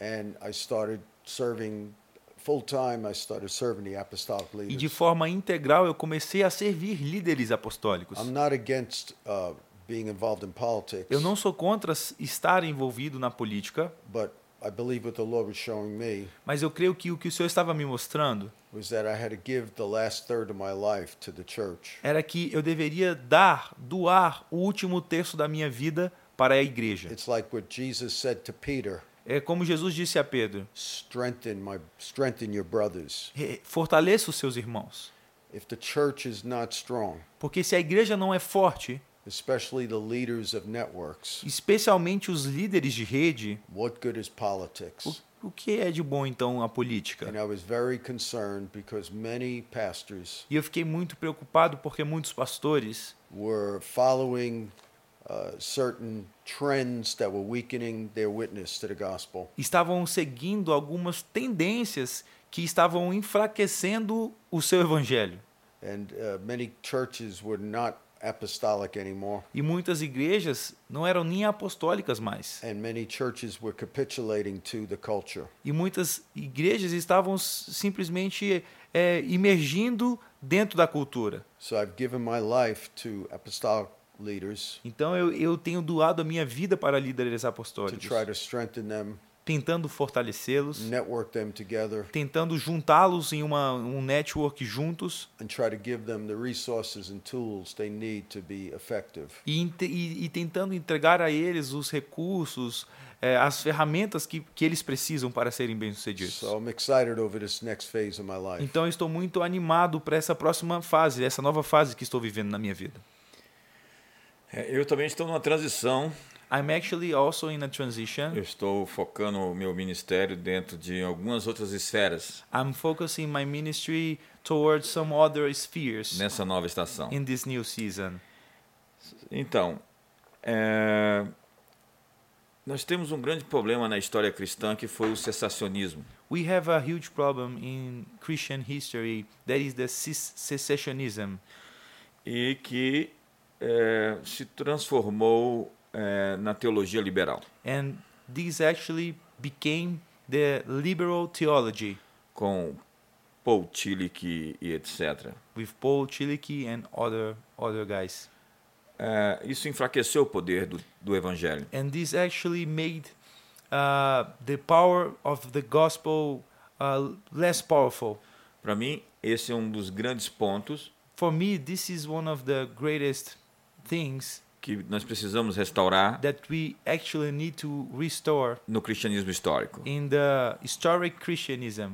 [SPEAKER 2] and I started serving full time. I started serving the apostolic
[SPEAKER 3] e de
[SPEAKER 2] leaders.
[SPEAKER 3] forma integral eu comecei a servir líderes apostólicos.
[SPEAKER 2] I'm not against uh, being involved in politics,
[SPEAKER 3] Eu não sou contra s- estar envolvido na política,
[SPEAKER 2] but I believe what the Lord was showing me
[SPEAKER 3] mas eu creio que o que o Senhor estava me mostrando
[SPEAKER 2] was that I had to give the last third of my life to the church.
[SPEAKER 3] era que eu deveria dar, doar o último terço da minha vida para a igreja.
[SPEAKER 2] It's like what Jesus said to Peter.
[SPEAKER 3] É como Jesus disse a Pedro:
[SPEAKER 2] strengthen my strengthen your brothers
[SPEAKER 3] "Re- fortaleça os seus irmãos.
[SPEAKER 2] if the church is not strong,
[SPEAKER 3] Porque se a igreja não é forte,
[SPEAKER 2] especially the leaders of networks,
[SPEAKER 3] especialmente os líderes de rede,
[SPEAKER 2] what good is politics?
[SPEAKER 3] o, o que é de bom então a política?
[SPEAKER 2] And I was very concerned because many pastors
[SPEAKER 3] E eu fiquei muito preocupado porque muitos pastores
[SPEAKER 2] were following uh, certain trends that were weakening their witness to the gospel.
[SPEAKER 3] estavam seguindo algumas tendências que estavam enfraquecendo o seu evangelho.
[SPEAKER 2] And uh, many churches were not apostolic anymore.
[SPEAKER 3] E muitas igrejas não eram nem apostólicas mais.
[SPEAKER 2] And many churches were capitulating to the culture.
[SPEAKER 3] E muitas igrejas estavam s- simplesmente é, imergindo dentro da cultura.
[SPEAKER 2] So I've given my life to apostolic leaders
[SPEAKER 3] Então eu, eu tenho doado a minha vida para líderes
[SPEAKER 2] to try
[SPEAKER 3] apostólicos,
[SPEAKER 2] to strengthen them,
[SPEAKER 3] tentando fortalecê-los,
[SPEAKER 2] network them together,
[SPEAKER 3] tentando juntá-los em uma, um network juntos
[SPEAKER 2] and try to give them the resources and tools they need to be effective.
[SPEAKER 3] e, inte- e, e tentando entregar a eles os recursos, é, as ferramentas que, que eles precisam para serem bem-sucedidos.
[SPEAKER 2] So I'm excited over this next phase of my life.
[SPEAKER 3] Então eu estou muito animado para essa próxima fase, essa nova fase que estou vivendo na minha vida.
[SPEAKER 1] É, Eu também estou numa transição.
[SPEAKER 3] I'm actually also in a transition.
[SPEAKER 1] Eu estou focando o meu ministério dentro de algumas outras esferas
[SPEAKER 3] I'm focusing my ministry towards some other spheres
[SPEAKER 1] nessa nova estação.
[SPEAKER 3] in this new season.
[SPEAKER 1] Então, é, nós temos um grande problema na história cristã que foi o cessacionismo.
[SPEAKER 3] We have a huge problem in Christian history that is the ses- secessionism
[SPEAKER 1] e que eh, se transformou eh, na teologia liberal,
[SPEAKER 3] and this actually became the liberal theology
[SPEAKER 1] com Paul Tillich e etc.
[SPEAKER 3] with Paul Chilicki and other other guys.
[SPEAKER 1] Eh, isso enfraqueceu o poder do, do evangelho.
[SPEAKER 3] And this actually made uh, the power of the gospel uh, less powerful.
[SPEAKER 1] Para mim, esse é um dos grandes pontos
[SPEAKER 3] For me, this is one of the greatest things
[SPEAKER 1] que nós precisamos restaurar
[SPEAKER 3] that we actually need to restore
[SPEAKER 1] no cristianismo histórico.
[SPEAKER 3] in the historic Christianism.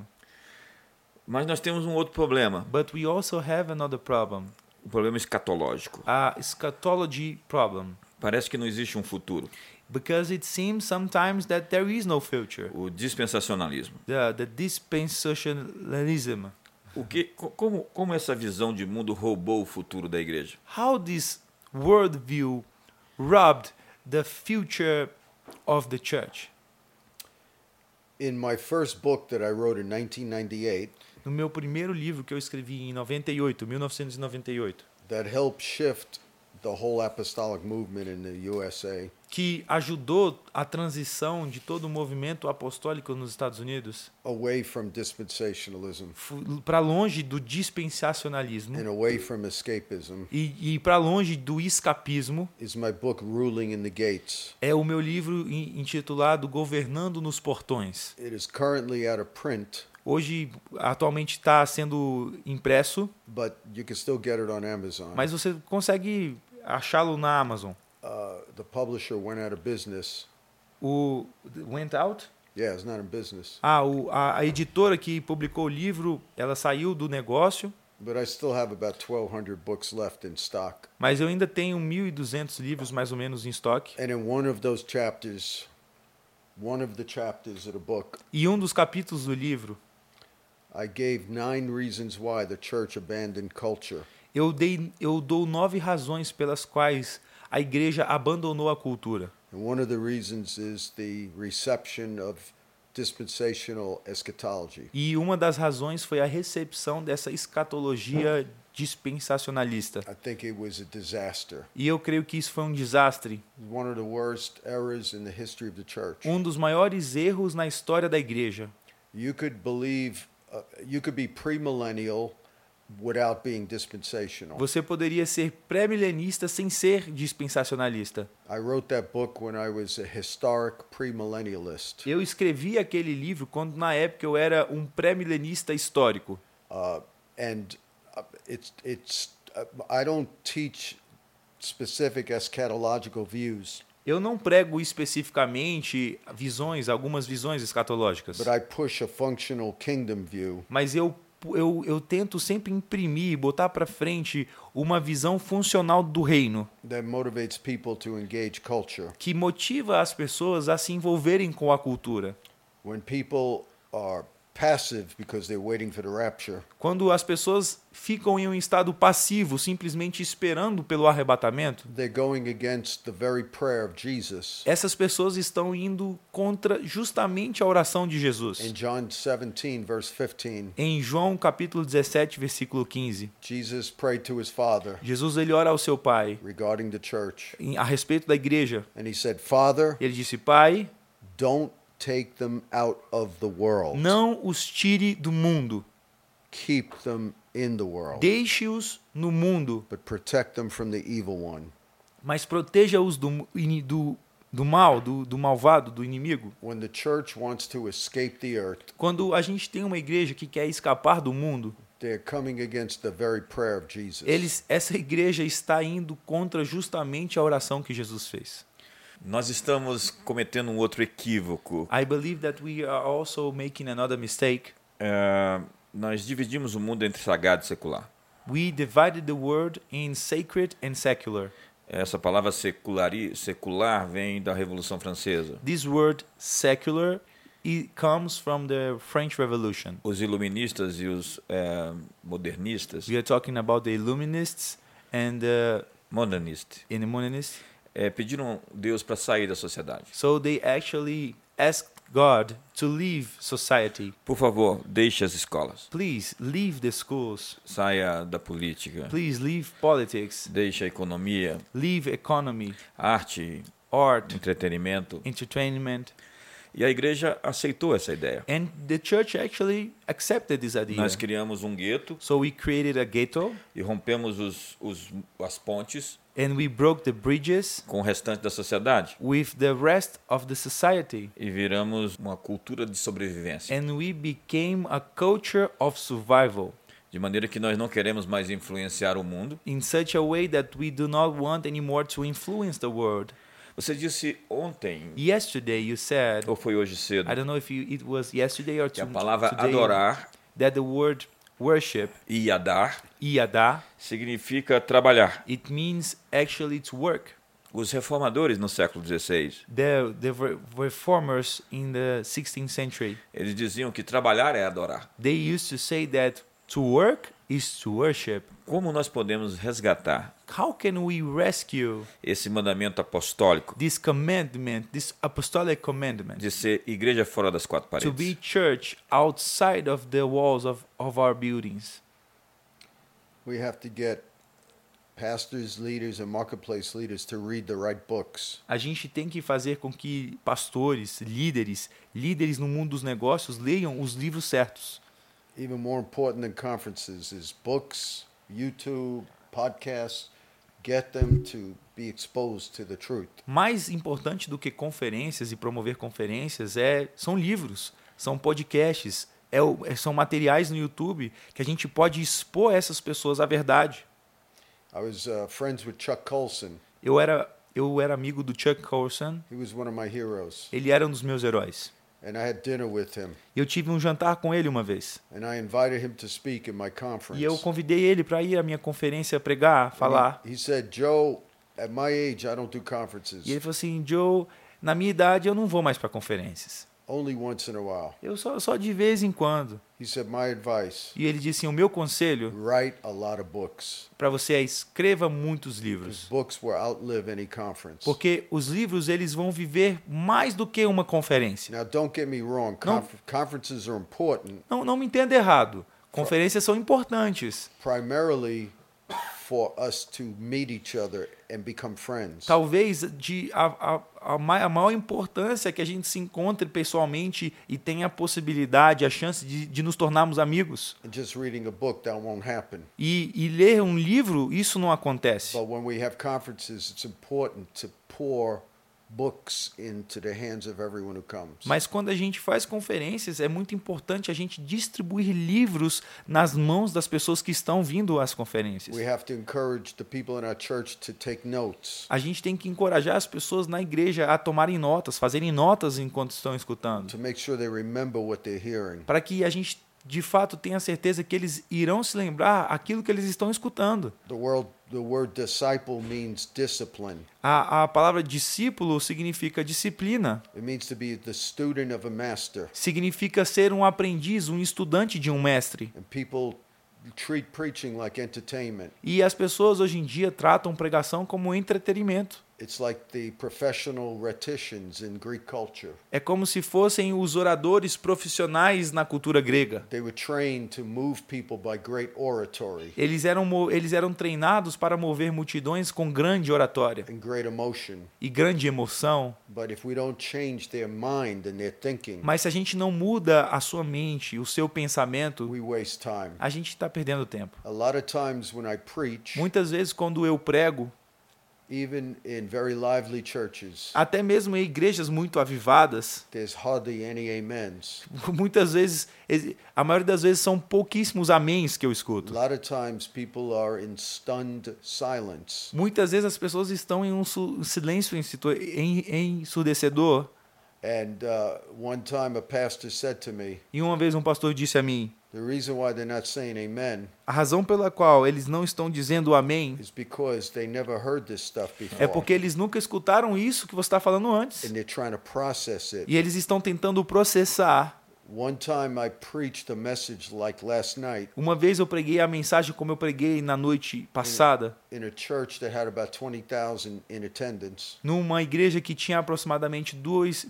[SPEAKER 1] Mas nós temos um outro problema,
[SPEAKER 3] But we also have another problem,
[SPEAKER 1] o problema escatológico.
[SPEAKER 3] a eschatology problem,
[SPEAKER 1] Parece que não existe um futuro,
[SPEAKER 3] because it seems sometimes that there is no future.
[SPEAKER 1] o dispensacionalismo.
[SPEAKER 3] The, the dispensationalism.
[SPEAKER 1] O que, co- como, como essa visão de mundo roubou o futuro da igreja?
[SPEAKER 3] How this worldview robbed the future of the church.
[SPEAKER 2] In my first book that I wrote in 1998,
[SPEAKER 3] No meu primeiro livro que eu escrevi em 98, 1998,
[SPEAKER 2] that helped shift the whole apostolic movement in the USA.
[SPEAKER 3] que ajudou a transição de todo o movimento apostólico nos Estados Unidos
[SPEAKER 2] away from dispensationalism
[SPEAKER 3] para longe do dispensacionalismo
[SPEAKER 2] and away from escapism
[SPEAKER 3] e, e para longe do escapismo
[SPEAKER 2] is my book Ruling in the Gates.
[SPEAKER 3] é o meu livro in- intitulado Governando nos Portões.
[SPEAKER 2] It is currently out of print,
[SPEAKER 3] Hoje, atualmente está sendo impresso,
[SPEAKER 2] but you can still get it on Amazon.
[SPEAKER 3] mas você consegue achá-lo na Amazon.
[SPEAKER 2] uh, the publisher went out of business.
[SPEAKER 3] O Went Out?
[SPEAKER 2] Yeah, it's not in business,
[SPEAKER 3] Ah, o, a, a editora que publicou o livro, ela saiu do negócio,
[SPEAKER 2] but I still have about 1,200 books left in stock.
[SPEAKER 3] mas eu ainda tenho 1.200 livros mais ou menos em estoque.
[SPEAKER 2] And in one of those chapters, one of the chapters of the book,
[SPEAKER 3] E um dos capítulos do livro,
[SPEAKER 2] I gave nine reasons why the church abandoned culture.
[SPEAKER 3] eu, dei, eu dou nove razões pelas quais a igreja abandonou a cultura.
[SPEAKER 2] And one of the reasons is the reception of dispensational eschatology.
[SPEAKER 3] E uma das razões foi a recepção dessa escatologia dispensacionalista.
[SPEAKER 2] I think it was a disaster.
[SPEAKER 3] E eu creio que isso foi um desastre,
[SPEAKER 2] One of the worst errors in the history of the church.
[SPEAKER 3] um dos maiores erros na história da igreja.
[SPEAKER 2] You could believe, uh, you could be premillennial without being dispensational.
[SPEAKER 3] Você poderia ser pré-milenista sem ser dispensacionalista.
[SPEAKER 2] I wrote that book when I was a historic premillennialist.
[SPEAKER 3] Eu escrevi aquele livro quando na época eu era um pré-milenista histórico.
[SPEAKER 2] Uh, and uh, it's, it's, uh, I don't teach specific eschatological views,
[SPEAKER 3] Eu não prego especificamente visões, algumas visões escatológicas,
[SPEAKER 2] but I push a functional kingdom view
[SPEAKER 3] mas eu eu, eu tento sempre imprimir, botar para frente uma visão funcional do reino
[SPEAKER 2] that motivates people to engage culture.
[SPEAKER 3] que motiva as pessoas a se envolverem com a cultura.
[SPEAKER 2] When people are passive because they're waiting for the rapture,
[SPEAKER 3] Quando as pessoas ficam em um estado passivo, simplesmente esperando pelo arrebatamento,
[SPEAKER 2] they're going against the very prayer of Jesus.
[SPEAKER 3] essas pessoas estão indo contra justamente a oração de Jesus.
[SPEAKER 2] In John 17, verse 15,
[SPEAKER 3] Em João capítulo 17, versículo 15,
[SPEAKER 2] Jesus prayed to his Father
[SPEAKER 3] Jesus ele ora ao seu pai
[SPEAKER 2] regarding the church.
[SPEAKER 3] em- a respeito da igreja.
[SPEAKER 2] And he said, Father,
[SPEAKER 3] Ele disse: "Pai,
[SPEAKER 2] don't take them out of the world.
[SPEAKER 3] não os tire do mundo.
[SPEAKER 2] Keep them in the world,
[SPEAKER 3] Deixe-os no mundo,
[SPEAKER 2] but protect them from the evil one.
[SPEAKER 3] mas proteja-os do, ini- do, do mal, do, do malvado, do inimigo.
[SPEAKER 2] When the church wants to escape the earth,
[SPEAKER 3] Quando a gente tem uma igreja que quer escapar do mundo,
[SPEAKER 2] they're coming against the very prayer of Jesus.
[SPEAKER 3] eles, essa igreja está indo contra justamente a oração que Jesus fez.
[SPEAKER 1] Nós estamos cometendo um outro equívoco.
[SPEAKER 3] I believe that we are also making another mistake.
[SPEAKER 1] É, nós dividimos o mundo entre sagrado e secular.
[SPEAKER 3] We divided the word in sacred and secular.
[SPEAKER 1] Essa palavra seculari, secular vem da Revolução Francesa.
[SPEAKER 3] This word secular it comes from the French Revolution.
[SPEAKER 1] Os iluministas e os é, modernistas,
[SPEAKER 3] We are talking about the Illuminists and the
[SPEAKER 1] modernistas,
[SPEAKER 3] in the Monists.
[SPEAKER 1] é, pediram Deus para sair da sociedade.
[SPEAKER 3] So they actually asked God to leave society.
[SPEAKER 1] Por favor, deixe as escolas.
[SPEAKER 3] Please leave the schools.
[SPEAKER 1] Saia da política.
[SPEAKER 3] Please leave politics.
[SPEAKER 1] Deixe a economia,
[SPEAKER 3] Leave economy,
[SPEAKER 1] arte,
[SPEAKER 3] art,
[SPEAKER 1] entretenimento.
[SPEAKER 3] entertainment.
[SPEAKER 1] E a igreja aceitou essa ideia.
[SPEAKER 3] And the church actually accepted this idea.
[SPEAKER 1] Nós criamos um gueto
[SPEAKER 3] So we created a ghetto
[SPEAKER 1] e rompemos os, os, as pontes
[SPEAKER 3] and we broke the bridges
[SPEAKER 1] com o restante da sociedade
[SPEAKER 3] with the rest of the society.
[SPEAKER 1] e viramos uma cultura de sobrevivência.
[SPEAKER 3] and we became a culture of survival
[SPEAKER 1] De maneira que nós não queremos mais influenciar o mundo.
[SPEAKER 3] in such a way that we do not want anymore to influence the world.
[SPEAKER 1] Você disse ontem,
[SPEAKER 3] Yesterday you said,
[SPEAKER 1] ou foi hoje cedo,
[SPEAKER 3] I don't know if you, it was yesterday or
[SPEAKER 1] Oh. que a
[SPEAKER 3] to,
[SPEAKER 1] palavra
[SPEAKER 3] today,
[SPEAKER 1] adorar
[SPEAKER 3] that the word worship,
[SPEAKER 1] e adar
[SPEAKER 3] iada,
[SPEAKER 1] significa trabalhar.
[SPEAKER 3] it means actually to work.
[SPEAKER 1] Os reformadores no século XVI,
[SPEAKER 3] The, the re- reformers in the 16th century,
[SPEAKER 1] eles diziam que trabalhar é adorar.
[SPEAKER 3] they used to say that to work is to worship.
[SPEAKER 1] Como nós podemos resgatar
[SPEAKER 3] How can we rescue
[SPEAKER 1] esse mandamento apostólico
[SPEAKER 3] this commandment, this apostolic commandment?
[SPEAKER 1] de ser igreja fora das quatro
[SPEAKER 3] to be
[SPEAKER 1] paredes?
[SPEAKER 3] church outside of the walls of, of our buildings.
[SPEAKER 2] We have to get pastors, leaders, and marketplace leaders to read the right books.
[SPEAKER 3] A gente tem que fazer com que pastores, líderes, líderes no mundo dos negócios leiam os livros certos.
[SPEAKER 2] Even more important than conferences is books, YouTube, podcasts. Get them to be exposed to the truth.
[SPEAKER 3] Mais importante do que conferências e promover conferências é são livros, são podcasts, é o- é- são materiais no YouTube que a gente pode expor essas pessoas à verdade.
[SPEAKER 2] I was uh, friends with Chuck Colson.
[SPEAKER 3] Eu era eu era amigo do Chuck Colson,
[SPEAKER 2] He was one of my heroes.
[SPEAKER 3] ele era um dos meus heróis.
[SPEAKER 2] And I had dinner with him.
[SPEAKER 3] Eu tive um jantar com ele uma vez.
[SPEAKER 2] And I invited him to speak in my conference.
[SPEAKER 3] E eu convidei ele para ir à minha conferência pregar, falar.
[SPEAKER 2] He, he said, Joe, at my age, I don't do conferences.
[SPEAKER 3] E ele falou assim: Joe, na minha idade eu não vou mais para conferências.
[SPEAKER 2] Only once in a while.
[SPEAKER 3] Eu só, só de vez em quando.
[SPEAKER 2] He said, My advice
[SPEAKER 3] E ele disse: assim, o meu conselho
[SPEAKER 2] write a lot of books.
[SPEAKER 3] para você é escreva muitos livros.
[SPEAKER 2] Books will outlive any conference.
[SPEAKER 3] Porque os livros eles vão viver mais do que uma conferência.
[SPEAKER 2] Now, don't get me wrong. Conf- Conferences are important
[SPEAKER 3] Não, não me entenda errado. Conferências são importantes.
[SPEAKER 2] primarily for us to meet each other and become friends.
[SPEAKER 3] Talvez de a, a, a, ma- a maior importância é que a gente se encontre pessoalmente e tenha a possibilidade, a chance de, de nos tornarmos amigos.
[SPEAKER 2] And just reading a book, that won't happen.
[SPEAKER 3] E, e ler um livro, isso não acontece.
[SPEAKER 2] But when we have conferences, it's important to pour books into the hands of everyone who comes.
[SPEAKER 3] Mas quando a gente faz conferências, é muito importante a gente distribuir livros nas mãos das pessoas que estão vindo às
[SPEAKER 2] we
[SPEAKER 3] conferências.
[SPEAKER 2] have to encourage the people in our church to take notes,
[SPEAKER 3] A gente tem que encorajar as pessoas na igreja a tomarem notas, fazerem notas enquanto estão escutando,
[SPEAKER 2] to make sure they remember what they're hearing.
[SPEAKER 3] para que a gente de fato tenha certeza que eles irão se lembrar aquilo que eles estão escutando.
[SPEAKER 2] The word, the word disciple means discipline.
[SPEAKER 3] A, a palavra discípulo significa disciplina,
[SPEAKER 2] It means to be the student of a master.
[SPEAKER 3] significa ser um aprendiz, um estudante de um mestre.
[SPEAKER 2] And people treat preaching like entertainment.
[SPEAKER 3] E as pessoas hoje em dia tratam pregação como entretenimento.
[SPEAKER 2] It's like the professional rhetoricians in Greek culture.
[SPEAKER 3] É como se fossem os oradores profissionais na cultura grega.
[SPEAKER 2] They were trained to move people by great oratory
[SPEAKER 3] Eles eram, mo- eles eram treinados para mover multidões com grande oratória
[SPEAKER 2] and great emotion.
[SPEAKER 3] e grande emoção.
[SPEAKER 2] But if we don't change their mind and their thinking,
[SPEAKER 3] Mas se a gente não muda a sua mente, o seu pensamento,
[SPEAKER 2] we waste time.
[SPEAKER 3] a gente está perdendo tempo.
[SPEAKER 2] A lot of times when I preach,
[SPEAKER 3] Muitas vezes, quando eu prego,
[SPEAKER 2] even in very lively churches,
[SPEAKER 3] até mesmo em igrejas muito avivadas,
[SPEAKER 2] there's hardly any amens.
[SPEAKER 3] muitas vezes, exi- a maioria das vezes são pouquíssimos améns que eu
[SPEAKER 2] A
[SPEAKER 3] escuto.
[SPEAKER 2] lot of times people are in stunned silence.
[SPEAKER 3] Muitas vezes as pessoas estão em um su- silêncio ensitu- em- ensurdecedor.
[SPEAKER 2] And uh, one time a pastor said to me,
[SPEAKER 3] E uma vez um pastor disse a mim:
[SPEAKER 2] The reason why they're not saying amen
[SPEAKER 3] a razão pela qual eles não estão dizendo amém
[SPEAKER 2] is because they never heard this stuff before.
[SPEAKER 3] é porque eles nunca escutaram isso que você está falando antes.
[SPEAKER 2] and they're trying to process it.
[SPEAKER 3] E eles estão tentando processar.
[SPEAKER 2] One time I preached a message like last night
[SPEAKER 3] Uma vez eu preguei a mensagem como eu preguei na noite passada,
[SPEAKER 2] in a church that had about 20,000 in attendance.
[SPEAKER 3] numa igreja que tinha aproximadamente 2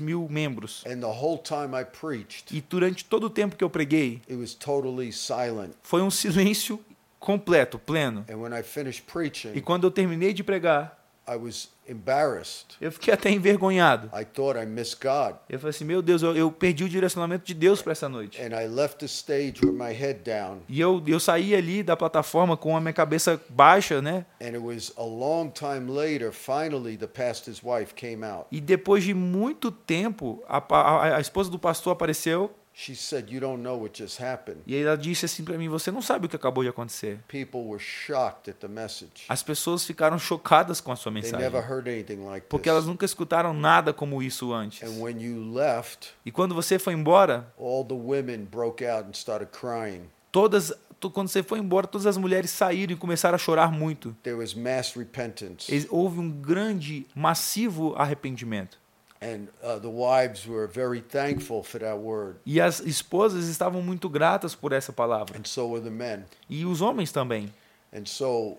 [SPEAKER 3] mil membros.
[SPEAKER 2] And the whole time I preached,
[SPEAKER 3] E durante todo o tempo que eu preguei,
[SPEAKER 2] it was totally silent.
[SPEAKER 3] foi um silêncio completo, pleno.
[SPEAKER 2] And when I finished
[SPEAKER 3] E
[SPEAKER 2] preaching,
[SPEAKER 3] quando eu terminei de pregar,
[SPEAKER 2] I was embarrassed.
[SPEAKER 3] eu fiquei até envergonhado.
[SPEAKER 2] I thought I missed God.
[SPEAKER 3] Eu falei assim: meu Deus, eu, eu perdi o direcionamento de Deus para essa noite.
[SPEAKER 2] And I left the stage with my head down.
[SPEAKER 3] E eu, eu saí ali da plataforma com a minha cabeça baixa, né?
[SPEAKER 2] And it was a long time later, finally, the pastor's wife came out.
[SPEAKER 3] E depois de muito tempo, a, pa- a, a esposa do pastor apareceu
[SPEAKER 2] She said, You don't know what just happened.
[SPEAKER 3] e ela disse assim pra mim: Você não sabe o que acabou de acontecer.
[SPEAKER 2] People were shocked at the message.
[SPEAKER 3] As pessoas ficaram chocadas com a sua
[SPEAKER 2] They
[SPEAKER 3] mensagem.
[SPEAKER 2] never heard anything like
[SPEAKER 3] Porque elas
[SPEAKER 2] this. É um
[SPEAKER 3] nunca escutaram nada como isso antes.
[SPEAKER 2] And when you left,
[SPEAKER 3] E quando você foi embora,
[SPEAKER 2] all the women broke out and started crying.
[SPEAKER 3] todas. to- Quando você foi embora, todas as mulheres saíram e começaram a chorar muito.
[SPEAKER 2] There was mass repentance.
[SPEAKER 3] Ex- Houve um grande, massivo arrependimento.
[SPEAKER 2] And uh, the wives were very thankful for that word.
[SPEAKER 3] E as esposas estavam muito gratas por essa palavra.
[SPEAKER 2] And so were the men.
[SPEAKER 3] E os homens também.
[SPEAKER 2] And so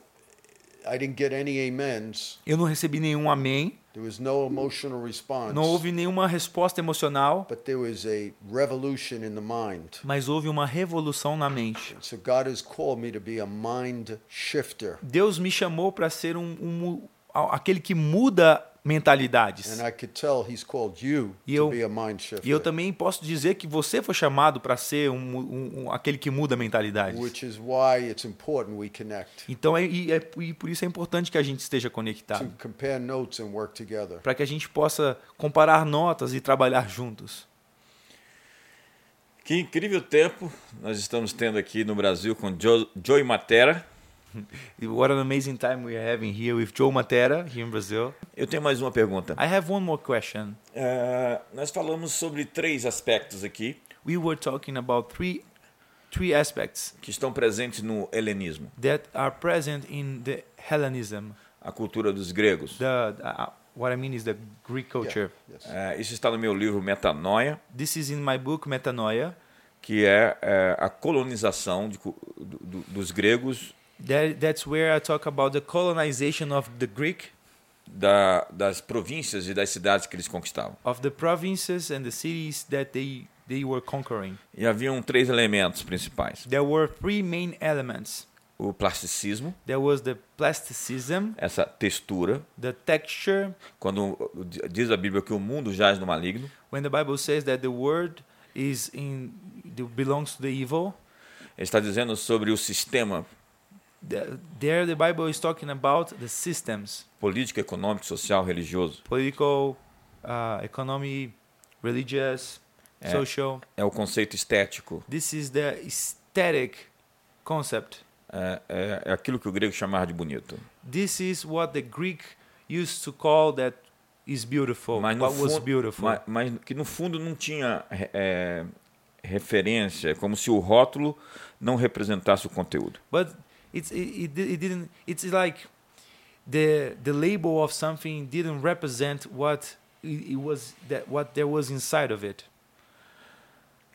[SPEAKER 2] I didn't get any amens.
[SPEAKER 3] Eu não recebi nenhum amém,
[SPEAKER 2] There was no emotional response.
[SPEAKER 3] não houve nenhuma resposta emocional,
[SPEAKER 2] But there was a revolution in the mind.
[SPEAKER 3] mas houve uma revolução na mente.
[SPEAKER 2] So God has called me to be a mind shifter.
[SPEAKER 3] Deus me chamou para ser um, um- a- aquele que muda mentalidades.
[SPEAKER 2] And I could tell he's called you
[SPEAKER 3] E
[SPEAKER 2] to
[SPEAKER 3] eu-
[SPEAKER 2] be a mind shifter.
[SPEAKER 3] E eu também posso dizer que você foi chamado para ser um, um- um- aquele que muda mentalidades.
[SPEAKER 2] Which is why it's important we connect.
[SPEAKER 3] Então, é, e, é- e por isso é importante que a gente esteja
[SPEAKER 2] To
[SPEAKER 3] conectado,
[SPEAKER 2] compare notes and work together.
[SPEAKER 3] para que a gente possa comparar notas e trabalhar juntos.
[SPEAKER 1] Que incrível tempo nós estamos tendo aqui no Brasil com Jo- Joey Matera.
[SPEAKER 3] What an amazing time we are having here with Joe Matera, here in Brazil.
[SPEAKER 1] Eu tenho mais uma pergunta.
[SPEAKER 3] I have one more question.
[SPEAKER 1] Ah, nós falamos sobre três aspectos aqui
[SPEAKER 3] we were talking about three three aspects
[SPEAKER 1] que estão presentes no helenismo:
[SPEAKER 3] that are present in the Hellenism.
[SPEAKER 1] a cultura dos gregos.
[SPEAKER 3] The uh, what I mean is the Greek
[SPEAKER 2] Yeah,
[SPEAKER 3] culture.
[SPEAKER 2] yes.
[SPEAKER 1] Ah, isso está no meu livro Metanoia,
[SPEAKER 3] This is in my book Metanoia.
[SPEAKER 1] que é eh, a colonização de cu- do- do- dos gregos
[SPEAKER 3] That, that's where I talk about the colonization of the Greek
[SPEAKER 1] da- das províncias e das cidades que eles conquistavam.
[SPEAKER 3] of the provinces and the cities that they they were conquering.
[SPEAKER 1] E haviam três elementos principais:
[SPEAKER 3] There were three main elements.
[SPEAKER 1] o plasticismo,
[SPEAKER 3] There was the plasticism,
[SPEAKER 1] essa textura.
[SPEAKER 3] the texture.
[SPEAKER 1] Quando diz a Bíblia que o mundo jaz no maligno,
[SPEAKER 3] When the Bible says that the word is in belongs to the evil,
[SPEAKER 1] ele está dizendo sobre o sistema
[SPEAKER 3] The- there the bible is talking about the systems
[SPEAKER 1] político, econômico, social, religioso.
[SPEAKER 3] political uh, economy religious
[SPEAKER 1] É.
[SPEAKER 3] social
[SPEAKER 1] É o conceito estético.
[SPEAKER 3] this is the aesthetic concept
[SPEAKER 1] É, é- é aquilo que o grego chamava de bonito.
[SPEAKER 3] this is what the greek used to call that is beautiful
[SPEAKER 1] Mas no
[SPEAKER 3] what was
[SPEAKER 1] fundo-
[SPEAKER 3] beautiful
[SPEAKER 1] ma- mas que no fundo não tinha é, referência, é como se o rótulo não representasse o conteúdo.
[SPEAKER 3] But it's it, it, it didn't. It's like the the label of something didn't represent what it, it was that what there was inside of it.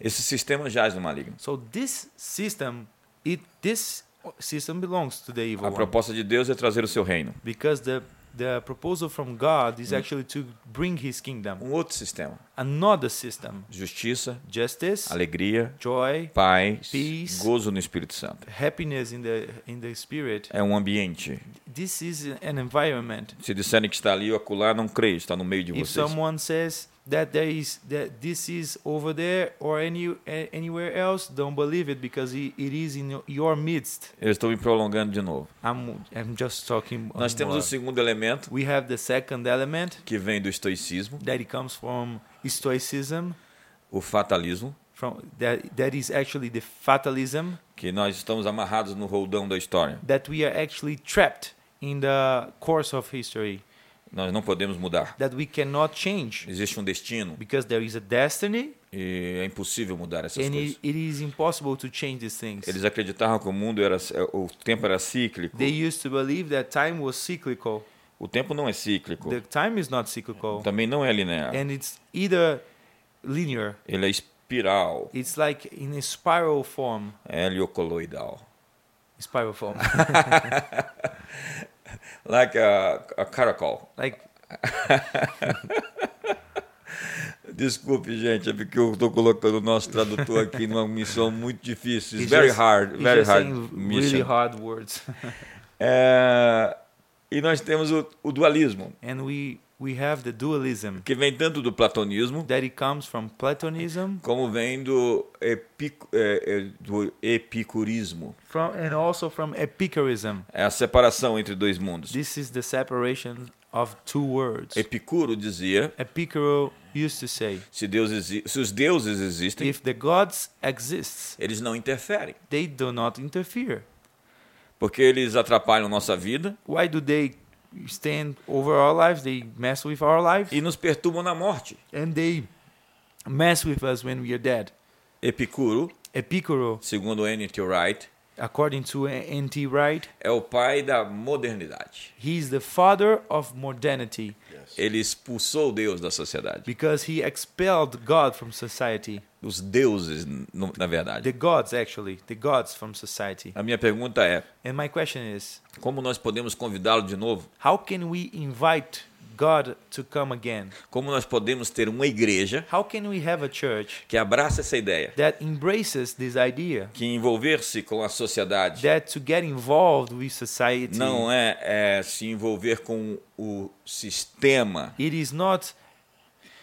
[SPEAKER 1] Esse sistema jaz no maligno.
[SPEAKER 3] So this system, it this system belongs to the evil
[SPEAKER 1] A
[SPEAKER 3] one
[SPEAKER 1] proposta de Deus é trazer o seu reino.
[SPEAKER 3] because the the proposal from God
[SPEAKER 1] Mm.
[SPEAKER 3] is actually to bring His kingdom.
[SPEAKER 1] Um outro sistema:
[SPEAKER 3] Another system,
[SPEAKER 1] justiça,
[SPEAKER 3] justice,
[SPEAKER 1] alegria,
[SPEAKER 3] joy,
[SPEAKER 1] paz,
[SPEAKER 3] Peace.
[SPEAKER 1] gozo no Espírito Santo.
[SPEAKER 3] happiness in the in the spirit.
[SPEAKER 1] É um ambiente.
[SPEAKER 3] This is an environment.
[SPEAKER 1] Se disserem que está ali ou acolá, não creio, está no meio de
[SPEAKER 3] if
[SPEAKER 1] vocês.
[SPEAKER 3] someone says that there is that this is over there or any a- anywhere else don't believe it because it, it is in your- your midst
[SPEAKER 1] Eu estou me prolongando de novo.
[SPEAKER 3] i'm i'm just talking
[SPEAKER 1] Nós temos o
[SPEAKER 3] more.
[SPEAKER 1] segundo elemento,
[SPEAKER 3] we have the second element
[SPEAKER 1] que vem do estoicismo,
[SPEAKER 3] that it comes from stoicism
[SPEAKER 1] o fatalismo,
[SPEAKER 3] from that that is actually the fatalism
[SPEAKER 1] que nós estamos amarrados no roldão da história.
[SPEAKER 3] that we are actually trapped in the course of history
[SPEAKER 1] Nós não podemos mudar.
[SPEAKER 3] that we cannot change
[SPEAKER 1] Existe um destino
[SPEAKER 3] because there is a destiny
[SPEAKER 1] e é impossível mudar essas
[SPEAKER 3] and it,
[SPEAKER 1] coisas.
[SPEAKER 3] it is impossible to change these things
[SPEAKER 1] Eles acreditavam que o mundo era, o tempo era cíclico.
[SPEAKER 3] They used to believe that time was cyclical.
[SPEAKER 1] O tempo não é cíclico,
[SPEAKER 3] The time is not cyclical,
[SPEAKER 1] também não é linear.
[SPEAKER 3] and it's either linear.
[SPEAKER 1] Ele é espiral, é
[SPEAKER 3] It's like in a spiral form.
[SPEAKER 1] heliocoloidal.
[SPEAKER 3] Spiral form,
[SPEAKER 1] Like a, a caracol.
[SPEAKER 3] like
[SPEAKER 1] Desculpe, gente, é porque eu estou colocando o nosso tradutor aqui numa missão muito difícil. It's
[SPEAKER 3] it's
[SPEAKER 1] very
[SPEAKER 3] just-
[SPEAKER 1] hard,
[SPEAKER 3] it's
[SPEAKER 1] very
[SPEAKER 3] just
[SPEAKER 1] hard
[SPEAKER 3] saying really
[SPEAKER 1] mission.
[SPEAKER 3] hard words.
[SPEAKER 1] É, e nós temos o, o dualismo,
[SPEAKER 3] and we we have the dualism
[SPEAKER 1] que vem tanto do platonismo
[SPEAKER 3] that it comes from Platonism,
[SPEAKER 1] como vem do, epic, é, é, do epicurismo.
[SPEAKER 3] from and also from Epicurism.
[SPEAKER 1] É a separação entre dois mundos.
[SPEAKER 3] This is the separation of two words.
[SPEAKER 1] Epicuro dizia,
[SPEAKER 3] Epicuro used to say,
[SPEAKER 1] se, Deus exi- se os deuses existem,
[SPEAKER 3] if the gods exist,
[SPEAKER 1] eles não interferem,
[SPEAKER 3] they do not interfere.
[SPEAKER 1] porque eles atrapalham nossa vida
[SPEAKER 3] why do they stand over our lives they mess with our lives
[SPEAKER 1] e nos perturbam na morte.
[SPEAKER 3] and they mess with us when we are dead
[SPEAKER 1] Epicuro,
[SPEAKER 3] epicuro
[SPEAKER 1] segundo N.T. Wright,
[SPEAKER 3] according to nt wright
[SPEAKER 1] é o pai da modernidade.
[SPEAKER 3] he is the father of modernity
[SPEAKER 1] Ele expulsou Deus da sociedade.
[SPEAKER 3] because he expelled god from society
[SPEAKER 1] Os deuses, no- na verdade.
[SPEAKER 3] the gods actually the gods from society
[SPEAKER 1] A minha pergunta é:
[SPEAKER 3] and my question is
[SPEAKER 1] como nós podemos convidá-lo de novo?
[SPEAKER 3] how can we invite god to come again
[SPEAKER 1] Como nós podemos ter uma igreja
[SPEAKER 3] how can we have a church
[SPEAKER 1] que abraça essa ideia?
[SPEAKER 3] that embraces this idea
[SPEAKER 1] Que envolver-se com a sociedade
[SPEAKER 3] that to get involved with society
[SPEAKER 1] não é, é se envolver com o sistema
[SPEAKER 3] it is not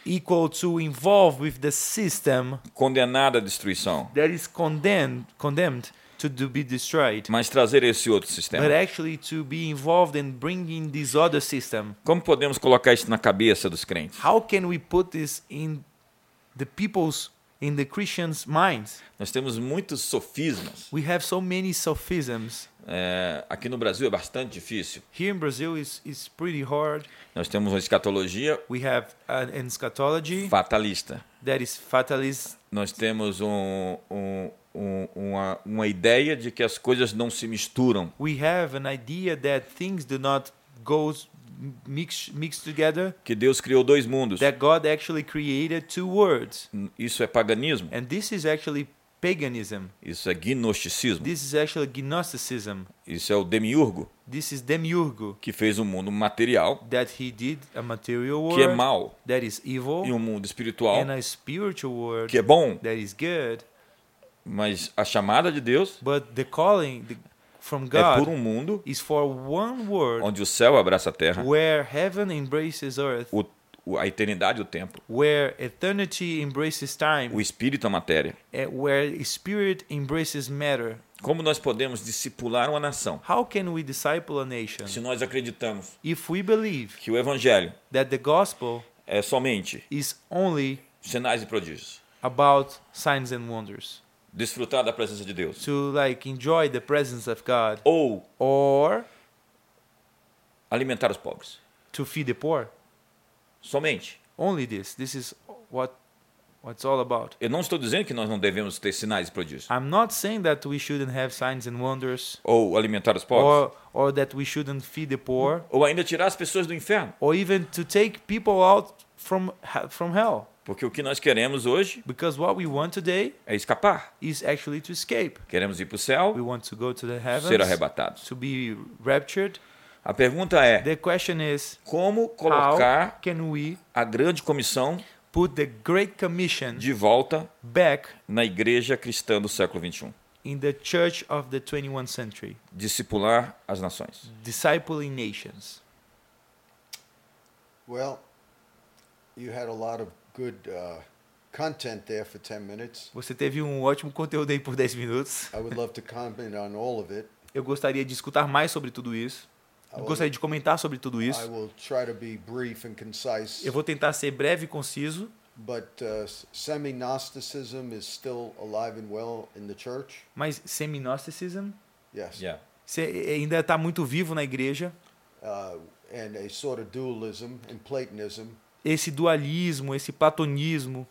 [SPEAKER 3] equal to involve with the system
[SPEAKER 1] condenado à destruição,
[SPEAKER 3] that is condemned condemned to, to be destroyed
[SPEAKER 1] mas trazer esse outro
[SPEAKER 3] but
[SPEAKER 1] sistema.
[SPEAKER 3] actually to be involved in bringing this other system
[SPEAKER 1] Como podemos colocar isso na cabeça dos crentes?
[SPEAKER 3] how can we put this in the people's in the christians minds
[SPEAKER 1] Nós temos muitos sofismas.
[SPEAKER 3] we have so many sophisms
[SPEAKER 1] É, aqui no Brasil é bastante difícil.
[SPEAKER 3] here in brazil is is pretty hard
[SPEAKER 1] Nós temos uma escatologia
[SPEAKER 3] we have an eschatology
[SPEAKER 1] fatalista.
[SPEAKER 3] that is fatalist
[SPEAKER 1] Nós temos um- um- um- uma, uma ideia de que as coisas não se misturam.
[SPEAKER 3] we have an idea that things do not go mix mix together
[SPEAKER 1] Que Deus criou dois mundos.
[SPEAKER 3] that God actually created two words.
[SPEAKER 1] Isso é paganismo.
[SPEAKER 3] And this is actually paganism.
[SPEAKER 1] Isso é gnosticismo.
[SPEAKER 3] This is actually Gnosticism.
[SPEAKER 1] Isso é o demiurgo,
[SPEAKER 3] This is demiurgo
[SPEAKER 1] que fez um mundo material,
[SPEAKER 3] that he did a material
[SPEAKER 1] que é
[SPEAKER 3] world
[SPEAKER 1] mau,
[SPEAKER 3] that is evil
[SPEAKER 1] e um mundo espiritual,
[SPEAKER 3] and a spiritual world
[SPEAKER 1] que é bom.
[SPEAKER 3] that is good.
[SPEAKER 1] Mas a chamada de Deus
[SPEAKER 3] But the calling the, from
[SPEAKER 1] é por
[SPEAKER 3] God
[SPEAKER 1] um mundo
[SPEAKER 3] is for one word
[SPEAKER 1] onde o céu abraça a terra,
[SPEAKER 3] where heaven embraces earth,
[SPEAKER 1] o- o- a eternidade e o tempo,
[SPEAKER 3] where eternity embraces time,
[SPEAKER 1] o espírito e a matéria.
[SPEAKER 3] and where spirit embraces matter.
[SPEAKER 1] Como nós podemos discipular uma nação
[SPEAKER 3] How can we disciple a nation
[SPEAKER 1] se nós acreditamos
[SPEAKER 3] if we believe
[SPEAKER 1] que o evangelho
[SPEAKER 3] that the gospel
[SPEAKER 1] é somente
[SPEAKER 3] is only
[SPEAKER 1] sinais e prodígios.
[SPEAKER 3] about signs and wonders
[SPEAKER 1] Desfrutar da presença de Deus.
[SPEAKER 3] to like enjoy the presence of god
[SPEAKER 1] Ou
[SPEAKER 3] or
[SPEAKER 1] alimentar os pobres.
[SPEAKER 3] to feed the poor
[SPEAKER 1] Somente.
[SPEAKER 3] only this this is what What's all about?
[SPEAKER 1] Eu não estou dizendo que nós não devemos ter sinais e prodígios.
[SPEAKER 3] I'm not saying that we shouldn't have signs and wonders
[SPEAKER 1] Ou alimentar os pobres.
[SPEAKER 3] or, or that we shouldn't feed the poor
[SPEAKER 1] Ou ainda tirar as pessoas do inferno.
[SPEAKER 3] or even to take people out from, he- from hell.
[SPEAKER 1] Porque o que nós queremos hoje
[SPEAKER 3] Because what we want today
[SPEAKER 1] é escapar.
[SPEAKER 3] is actually to escape.
[SPEAKER 1] Queremos ir para o
[SPEAKER 3] We
[SPEAKER 1] céu,
[SPEAKER 3] want to go to the
[SPEAKER 1] ser
[SPEAKER 3] heavens,
[SPEAKER 1] arrebatados.
[SPEAKER 3] to be raptured.
[SPEAKER 1] A pergunta é:
[SPEAKER 3] The question is
[SPEAKER 1] como
[SPEAKER 3] how
[SPEAKER 1] colocar
[SPEAKER 3] can we
[SPEAKER 1] a grande comissão
[SPEAKER 3] put the Great Commission
[SPEAKER 1] de volta
[SPEAKER 3] back
[SPEAKER 1] na igreja cristã do século um? XXI?
[SPEAKER 3] in the church of the 21st century,
[SPEAKER 1] Discipular as nações.
[SPEAKER 3] discipling nations?
[SPEAKER 2] Well, you had a lot of good uh, content there for 10 minutes.
[SPEAKER 3] Você teve um ótimo conteúdo aí por 10 minutos.
[SPEAKER 2] I would love to comment on all of it.
[SPEAKER 3] Eu gostaria de escutar mais sobre tudo isso. Eu gostaria de comentar sobre tudo
[SPEAKER 2] I
[SPEAKER 3] isso.
[SPEAKER 2] will try to be brief and concise,
[SPEAKER 3] Eu vou tentar ser breve e conciso,
[SPEAKER 2] but uh, semi Gnosticism is still alive and well in the church.
[SPEAKER 3] mas semi-gnosticism
[SPEAKER 2] Yes.
[SPEAKER 1] Yeah.
[SPEAKER 3] se- eh, ainda está muito vivo na igreja.
[SPEAKER 2] Uh, and a sort of dualism and Platonism.
[SPEAKER 3] Esse dualismo, esse platonismo,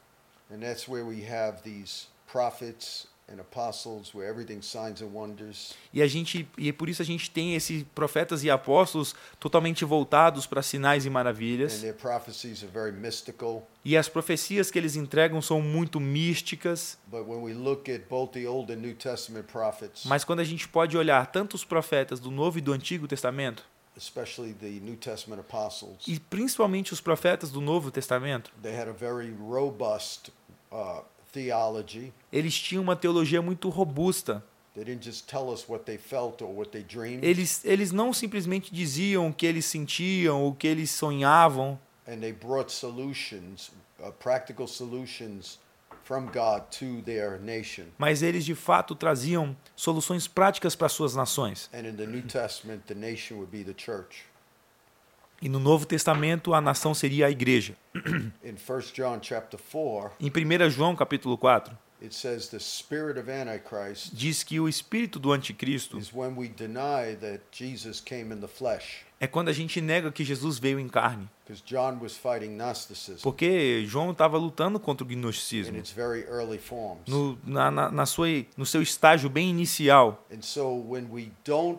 [SPEAKER 2] And that's where we have these prophets and apostles, where everything's signs and wonders.
[SPEAKER 3] e a gente e é por isso a gente tem esses profetas e apóstolos totalmente voltados para sinais e
[SPEAKER 2] And
[SPEAKER 3] maravilhas.
[SPEAKER 2] their prophecies are very mystical.
[SPEAKER 3] E as profecias que eles entregam são muito místicas,
[SPEAKER 2] But when we look at both the Old and New Testament prophets,
[SPEAKER 3] mas quando a gente pode olhar tanto os profetas do Novo e do Antigo Testamento,
[SPEAKER 2] especially the New Testament apostles,
[SPEAKER 3] e principalmente os profetas do Novo Testamento,
[SPEAKER 2] they had a very robust uh, theology.
[SPEAKER 3] eles tinham uma teologia muito robusta.
[SPEAKER 2] They didn't just tell us what they felt or what they dreamed,
[SPEAKER 3] Eles, eles não simplesmente diziam o que eles sentiam, o que eles sonhavam,
[SPEAKER 2] and they brought solutions, uh, practical solutions from God to their nation.
[SPEAKER 3] mas eles de fato traziam soluções práticas para suas nações.
[SPEAKER 2] And in the New Testament, the nation would be the church.
[SPEAKER 3] E no Novo Testamento a nação seria a igreja.
[SPEAKER 2] In 1 John chapter 4,
[SPEAKER 3] Em 1 João capítulo 4,
[SPEAKER 2] it says the spirit of Antichrist
[SPEAKER 3] diz que o espírito do anticristo
[SPEAKER 2] is when we deny that Jesus came in the flesh.
[SPEAKER 3] é quando a gente nega que Jesus veio em carne,
[SPEAKER 2] Because John was fighting Gnosticism
[SPEAKER 3] porque João estava lutando contra o gnosticismo
[SPEAKER 2] in its very early forms.
[SPEAKER 3] no, na, na, na sua, no seu estágio bem inicial.
[SPEAKER 2] And so when we don't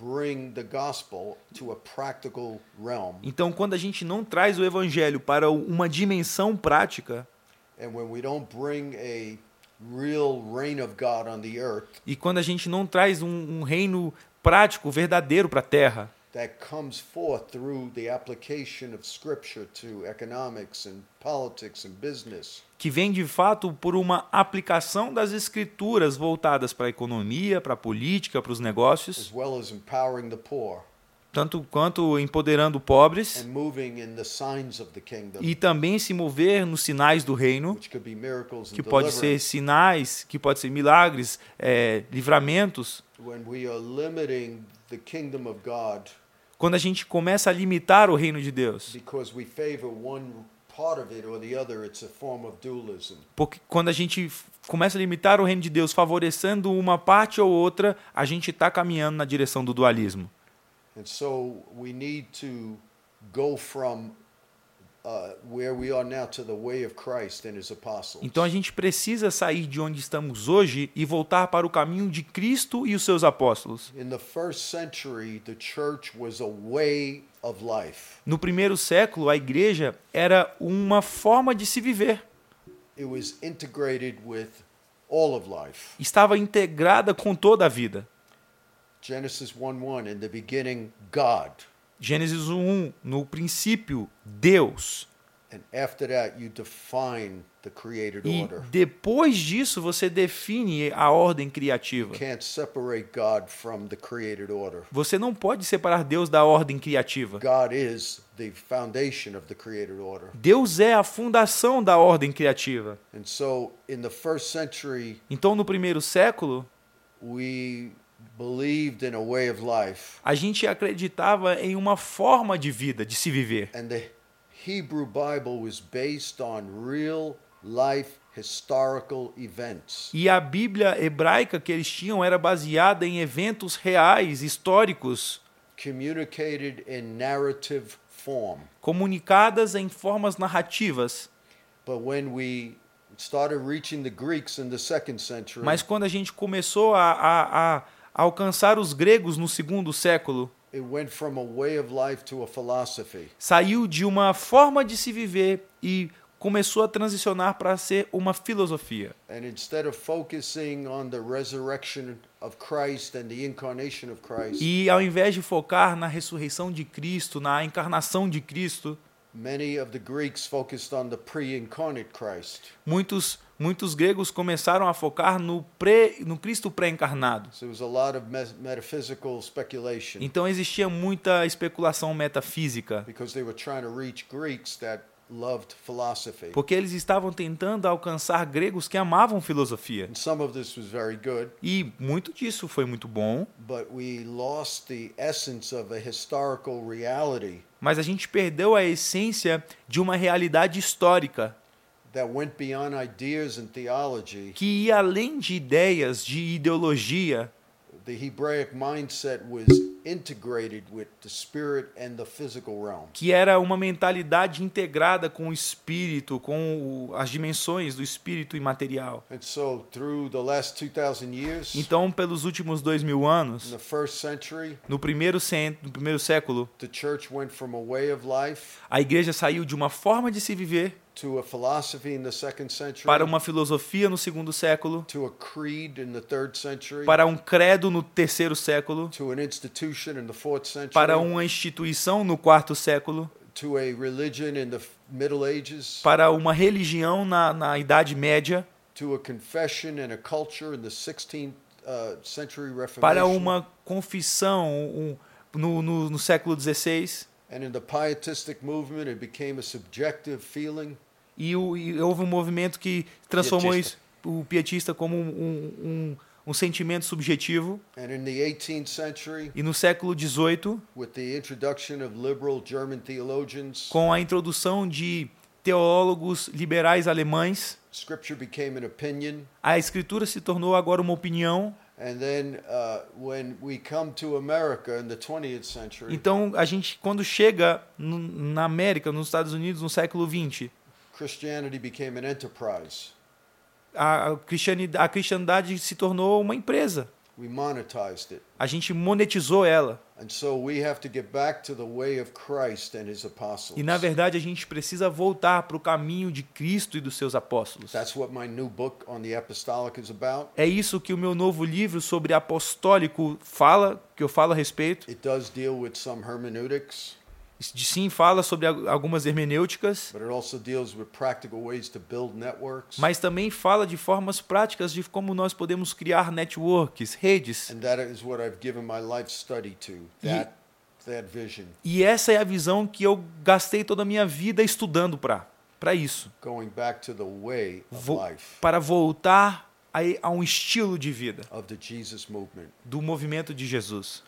[SPEAKER 2] bring the gospel to a practical realm,
[SPEAKER 3] Então, quando a gente não traz o evangelho para o- uma dimensão prática,
[SPEAKER 2] and when we don't bring a real reign of God on the earth
[SPEAKER 3] e quando a gente não traz um, um reino prático, verdadeiro para a terra,
[SPEAKER 2] that comes forth through the application of scripture to economics and politics and business,
[SPEAKER 3] que vem de fato por uma aplicação das escrituras voltadas para a economia, para a política, para os negócios,
[SPEAKER 2] as well as empowering the poor
[SPEAKER 3] tanto quanto empoderando pobres,
[SPEAKER 2] and moving in the signs of the kingdom,
[SPEAKER 3] e também se mover nos sinais do reino,
[SPEAKER 2] which could be miracles
[SPEAKER 3] que
[SPEAKER 2] and
[SPEAKER 3] pode ser
[SPEAKER 2] deliverance.
[SPEAKER 3] sinais, que pode ser milagres, é, livramentos.
[SPEAKER 2] When we are limiting the kingdom of God
[SPEAKER 3] Quando a gente começa a limitar o reino de Deus,
[SPEAKER 2] because we favor one part of it or the other, it's a form of dualism.
[SPEAKER 3] Porque quando a gente f- começa a limitar o reino de Deus favorecendo uma parte ou outra, a gente está caminhando na direção do dualismo.
[SPEAKER 2] And so we need to go from uh, where we are now to the way of Christ and his apostles.
[SPEAKER 3] Então a gente precisa sair de onde estamos hoje e voltar para o caminho de Cristo e os seus apóstolos.
[SPEAKER 2] In the first century, the church was a way of life.
[SPEAKER 3] No primeiro século, a igreja era uma forma de se viver.
[SPEAKER 2] It was integrated with all of life.
[SPEAKER 3] Estava integrada com toda a vida.
[SPEAKER 2] Genesis 1 1, in the beginning, God.
[SPEAKER 3] Gênesis 1, no princípio, Deus.
[SPEAKER 2] And after that, you define the created
[SPEAKER 3] E
[SPEAKER 2] order.
[SPEAKER 3] depois disso você define a ordem criativa.
[SPEAKER 2] Can't separate God from the created order.
[SPEAKER 3] Você não pode separar Deus da ordem criativa.
[SPEAKER 2] God is the foundation of the created order.
[SPEAKER 3] Deus é a fundação da ordem criativa.
[SPEAKER 2] And so in the first century,
[SPEAKER 3] Então, no primeiro século,
[SPEAKER 2] we believed in a way of life.
[SPEAKER 3] a gente acreditava em uma forma de vida, de se viver.
[SPEAKER 2] And the Hebrew Bible was based on real life historical events.
[SPEAKER 3] E a Bíblia hebraica que eles tinham era baseada em eventos reais, históricos,
[SPEAKER 2] Communicated in narrative form.
[SPEAKER 3] comunicadas em formas narrativas.
[SPEAKER 2] But when we started reaching the Greeks in the second century.
[SPEAKER 3] Mas quando a gente começou a, a, a alcançar os gregos no segundo século,
[SPEAKER 2] it went from a way of life to a philosophy.
[SPEAKER 3] saiu de uma forma de se viver e começou a transicionar para ser uma filosofia.
[SPEAKER 2] And instead of focusing on the resurrection of Christ and the incarnation of Christ,
[SPEAKER 3] E ao invés de focar na ressurreição de Cristo, na encarnação de Cristo,
[SPEAKER 2] many of the Greeks focused on the pre incarnate Christ.
[SPEAKER 3] muitos muitos gregos começaram a focar no pré no Cristo pré-encarnado.
[SPEAKER 2] So there was a lot of mes- metaphysical speculation
[SPEAKER 3] Então existia muita especulação metafísica,
[SPEAKER 2] because they were trying to reach Greeks that loved philosophy.
[SPEAKER 3] porque eles estavam tentando alcançar gregos que amavam filosofia.
[SPEAKER 2] And some of this was very good,
[SPEAKER 3] E muito disso foi muito bom,
[SPEAKER 2] but we lost the essence of a historical reality
[SPEAKER 3] mas a gente perdeu a essência de uma realidade histórica
[SPEAKER 2] that went beyond ideas and theology.
[SPEAKER 3] que ia além de ideias, de ideologia.
[SPEAKER 2] The Hebraic mindset was integrated with the spirit and the physical realm.
[SPEAKER 3] que era uma mentalidade integrada com o espírito, com o- as dimensões do espírito imaterial.
[SPEAKER 2] And so, through the last 2,000 years, in
[SPEAKER 3] Então, pelos últimos dois mil anos,
[SPEAKER 2] the first century,
[SPEAKER 3] no primeiro, cen- no primeiro século,
[SPEAKER 2] the church went from a way of life
[SPEAKER 3] a igreja saiu de uma forma de se viver
[SPEAKER 2] to a philosophy in the second century,
[SPEAKER 3] para uma filosofia no segundo século,
[SPEAKER 2] to a creed in the third century,
[SPEAKER 3] para um credo no terceiro século,
[SPEAKER 2] to an institution in the fourth century,
[SPEAKER 3] para uma instituição no quarto século,
[SPEAKER 2] to a religion in the f- Middle Ages,
[SPEAKER 3] para uma religião na, na Idade Média,
[SPEAKER 2] to a confession and a culture in the 16th uh, century
[SPEAKER 3] para
[SPEAKER 2] Reformation,
[SPEAKER 3] uma confissão um- no, no, no século XVI.
[SPEAKER 2] and in the pietistic movement, it became a subjective feeling.
[SPEAKER 3] E, o- e houve um movimento que transformou
[SPEAKER 1] Pietista.
[SPEAKER 3] isso- o pietista como um, um, um- um sentimento subjetivo.
[SPEAKER 2] And in the 18th century,
[SPEAKER 3] E no século XVIII,
[SPEAKER 2] with the introduction of liberal German theologians,
[SPEAKER 3] com a introdução de teólogos liberais alemães,
[SPEAKER 2] scripture became an opinion.
[SPEAKER 3] a escritura se tornou agora uma opinião.
[SPEAKER 2] And then uh, when we come to America in the 20th century,
[SPEAKER 3] Então, a gente, quando chega no- na América, nos Estados Unidos, no século XX,
[SPEAKER 2] Christianity became an enterprise.
[SPEAKER 3] a, a cristianidade, a cristandade se tornou uma empresa.
[SPEAKER 2] We monetized it.
[SPEAKER 3] A gente monetizou ela.
[SPEAKER 2] And so we have to get back to the way of Christ and his apostles.
[SPEAKER 3] E, na verdade, a gente precisa voltar para o caminho de Cristo e dos seus apóstolos.
[SPEAKER 2] That's what my new book on the apostolic is about.
[SPEAKER 3] É isso que o meu novo livro sobre apostólico fala, que eu falo a respeito.
[SPEAKER 2] It does deal with some hermeneutics,
[SPEAKER 3] De sim fala sobre al- algumas hermenêuticas,
[SPEAKER 2] but it also deals with practical ways to build networks.
[SPEAKER 3] mas também fala de formas práticas de como nós podemos criar networks, redes.
[SPEAKER 2] And that is what I've given my life study to, that, that vision,
[SPEAKER 3] E essa é a visão que eu gastei toda a minha vida estudando para para isso,
[SPEAKER 2] going back to the way of
[SPEAKER 3] Vo-
[SPEAKER 2] life
[SPEAKER 3] para voltar a, a um estilo de vida
[SPEAKER 2] of the Jesus movement.
[SPEAKER 3] do movimento de Jesus.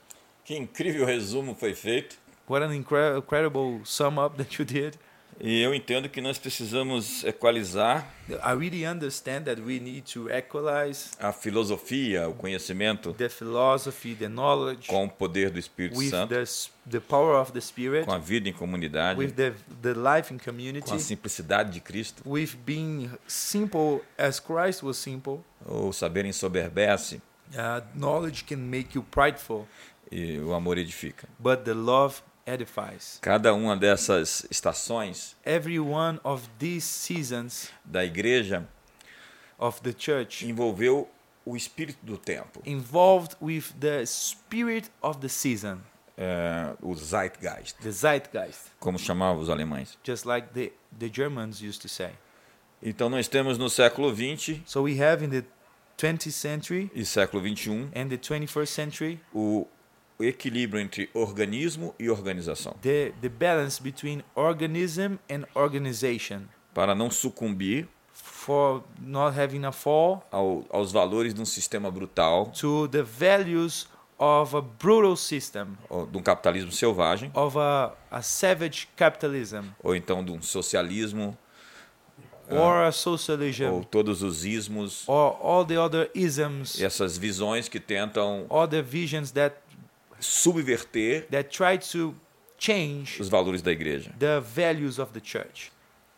[SPEAKER 1] Que incrível resumo foi feito.
[SPEAKER 3] What an incre- incredible sum up that you did.
[SPEAKER 1] E eu entendo que nós precisamos equalizar
[SPEAKER 3] I really understand that we need to equalize
[SPEAKER 1] a filosofia, o conhecimento,
[SPEAKER 3] the philosophy, the knowledge,
[SPEAKER 1] com o poder do Espírito
[SPEAKER 3] with
[SPEAKER 1] Santo,
[SPEAKER 3] the, s- the power of the Spirit,
[SPEAKER 1] com a vida em comunidade,
[SPEAKER 3] with the, the life in
[SPEAKER 1] com a
[SPEAKER 3] community,
[SPEAKER 1] simplicidade de Cristo.
[SPEAKER 3] with being simple as Christ was simple.
[SPEAKER 1] O saber ensoberbece
[SPEAKER 3] Uh, knowledge can make you prideful,
[SPEAKER 1] e o amor edifica.
[SPEAKER 3] but the love edifies.
[SPEAKER 1] Cada uma dessas estações
[SPEAKER 3] Every one of these seasons
[SPEAKER 1] da igreja
[SPEAKER 3] of the church
[SPEAKER 1] envolveu o espírito do tempo,
[SPEAKER 3] involved with the spirit of the season,
[SPEAKER 1] é, o Zeitgeist,
[SPEAKER 3] the zeitgeist,
[SPEAKER 1] como chamavam os alemães.
[SPEAKER 3] just like the, the Germans used to say.
[SPEAKER 1] Então nós temos no século XX
[SPEAKER 3] So we have in the 20th century
[SPEAKER 1] e um, século XXI
[SPEAKER 3] and the 21st century
[SPEAKER 1] o equilíbrio entre organismo e organização,
[SPEAKER 3] the, the balance between organism and organization
[SPEAKER 1] para não sucumbir
[SPEAKER 3] for not having a fall
[SPEAKER 1] ao- aos valores de um sistema brutal,
[SPEAKER 3] to the values of a brutal system
[SPEAKER 1] ou de um capitalismo selvagem,
[SPEAKER 3] of a, a savage capitalism
[SPEAKER 1] ou então de um socialismo,
[SPEAKER 3] or a socialism
[SPEAKER 1] ou todos os ismos,
[SPEAKER 3] or all the other isms
[SPEAKER 1] essas visões que tentam
[SPEAKER 3] all the visions that
[SPEAKER 1] subverter
[SPEAKER 3] that try to change
[SPEAKER 1] os valores da igreja.
[SPEAKER 3] the values of the church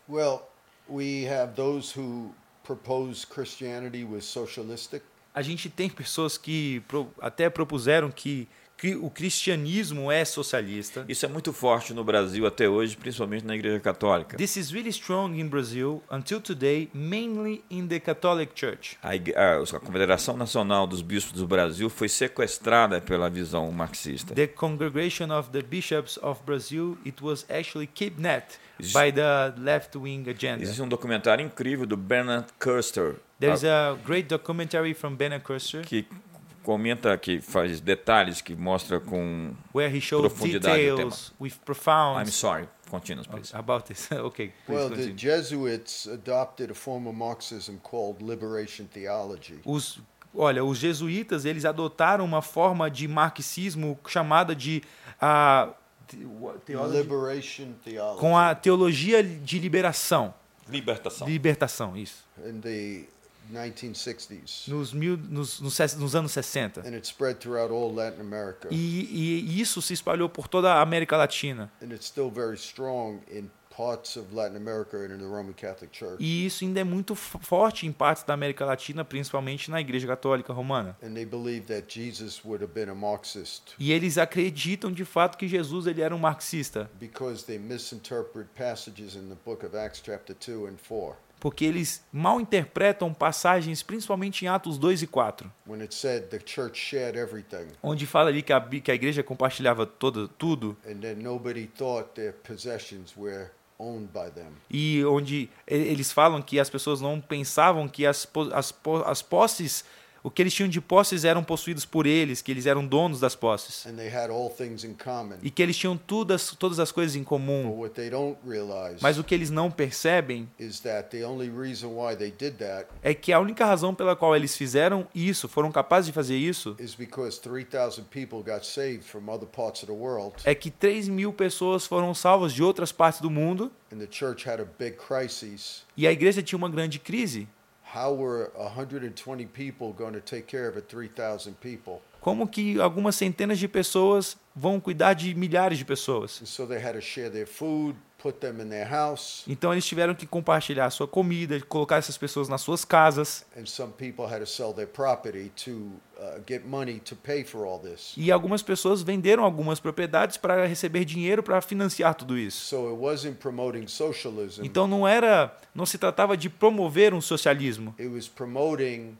[SPEAKER 2] Well, we have those who proposed Christianity was socialistic.
[SPEAKER 3] A gente tem pessoas que pro- até propuseram que cri- o cristianismo é socialista.
[SPEAKER 1] Isso é muito forte no Brasil até hoje, principalmente na Igreja Católica.
[SPEAKER 3] This is really strong in Brazil until today, mainly in the Catholic Church.
[SPEAKER 1] A, igre- a- a Confederação Nacional dos Bispos do Brasil foi sequestrada pela visão marxista.
[SPEAKER 3] The congregation of the bishops of Brazil, it was actually kidnapped by the left-wing agenda.
[SPEAKER 1] Existe um documentário incrível do Bernard Custer,
[SPEAKER 3] There is a great documentary from Ben Cursor
[SPEAKER 1] que comenta, que faz detalhes, que mostra com...
[SPEAKER 3] where he shows
[SPEAKER 1] Profundidade do
[SPEAKER 3] details with
[SPEAKER 1] I'm
[SPEAKER 3] profound
[SPEAKER 1] sorry, continuous, please.
[SPEAKER 3] about this. okay, please
[SPEAKER 2] well, the
[SPEAKER 3] continue.
[SPEAKER 2] Jesuits adopted a form of Marxism called liberation theology.
[SPEAKER 3] os olha os jesuítas eles adotaram uma forma de marxismo chamada de a
[SPEAKER 2] Liberation theology.
[SPEAKER 3] com a teologia de liberação
[SPEAKER 1] Libertação.
[SPEAKER 3] libertação isso
[SPEAKER 2] in the 1960s.
[SPEAKER 3] nos mil nos, nos, ses- nos anos 60
[SPEAKER 2] And it spread throughout all Latin America.
[SPEAKER 3] e, e isso se espalhou por toda a América Latina
[SPEAKER 2] And it's still very strong in parts of Latin America and in the Roman Catholic Church.
[SPEAKER 3] e isso ainda é muito f- forte em partes da América Latina principalmente na Igreja Católica Romana
[SPEAKER 2] And they believed that Jesus would have been a Marxist
[SPEAKER 3] e eles acreditam de fato que Jesus ele era um marxista
[SPEAKER 2] because they misinterpret passages in the book of Acts, chapter 2 and 4,
[SPEAKER 3] porque eles mal interpretam passagens principalmente em Atos 2 e 4
[SPEAKER 2] when it said the church shared everything.
[SPEAKER 3] onde fala ali que a, bi- que a igreja compartilhava todo, tudo
[SPEAKER 2] And then nobody thought their possessions were owned by them.
[SPEAKER 3] e onde e- eles falam que as pessoas não pensavam que as, po- as, po- as posses, o que eles tinham de posses eram possuídos por eles, que eles eram donos das posses
[SPEAKER 2] And they had all things in common.
[SPEAKER 3] e que eles tinham todas, todas as coisas em
[SPEAKER 2] But
[SPEAKER 3] comum.
[SPEAKER 2] what they don't realize
[SPEAKER 3] Mas o que eles não percebem
[SPEAKER 2] is that the only reason why they did that
[SPEAKER 3] é que a única razão pela qual eles fizeram isso, foram capazes de fazer isso,
[SPEAKER 2] is because 3,000 people got saved from other parts of the world,
[SPEAKER 3] é que 3 mil pessoas foram salvas de outras partes do mundo
[SPEAKER 2] and the church had a big crisis.
[SPEAKER 3] e a igreja tinha uma grande crise.
[SPEAKER 2] How were 120 people going to take care of it, 3,000 people?
[SPEAKER 3] Como que algumas centenas de pessoas vão cuidar de milhares de pessoas?
[SPEAKER 2] And so they had to share their food, put them in their house,
[SPEAKER 3] Então eles tiveram que compartilhar a sua comida, colocar essas pessoas nas suas casas.
[SPEAKER 2] and some people had to sell their property to uh, get money to pay for all this.
[SPEAKER 3] E algumas pessoas venderam algumas propriedades para receber dinheiro para financiar tudo isso.
[SPEAKER 2] So it wasn't promoting socialism,
[SPEAKER 3] Então não era, não se tratava de promover um socialismo,
[SPEAKER 2] it was promoting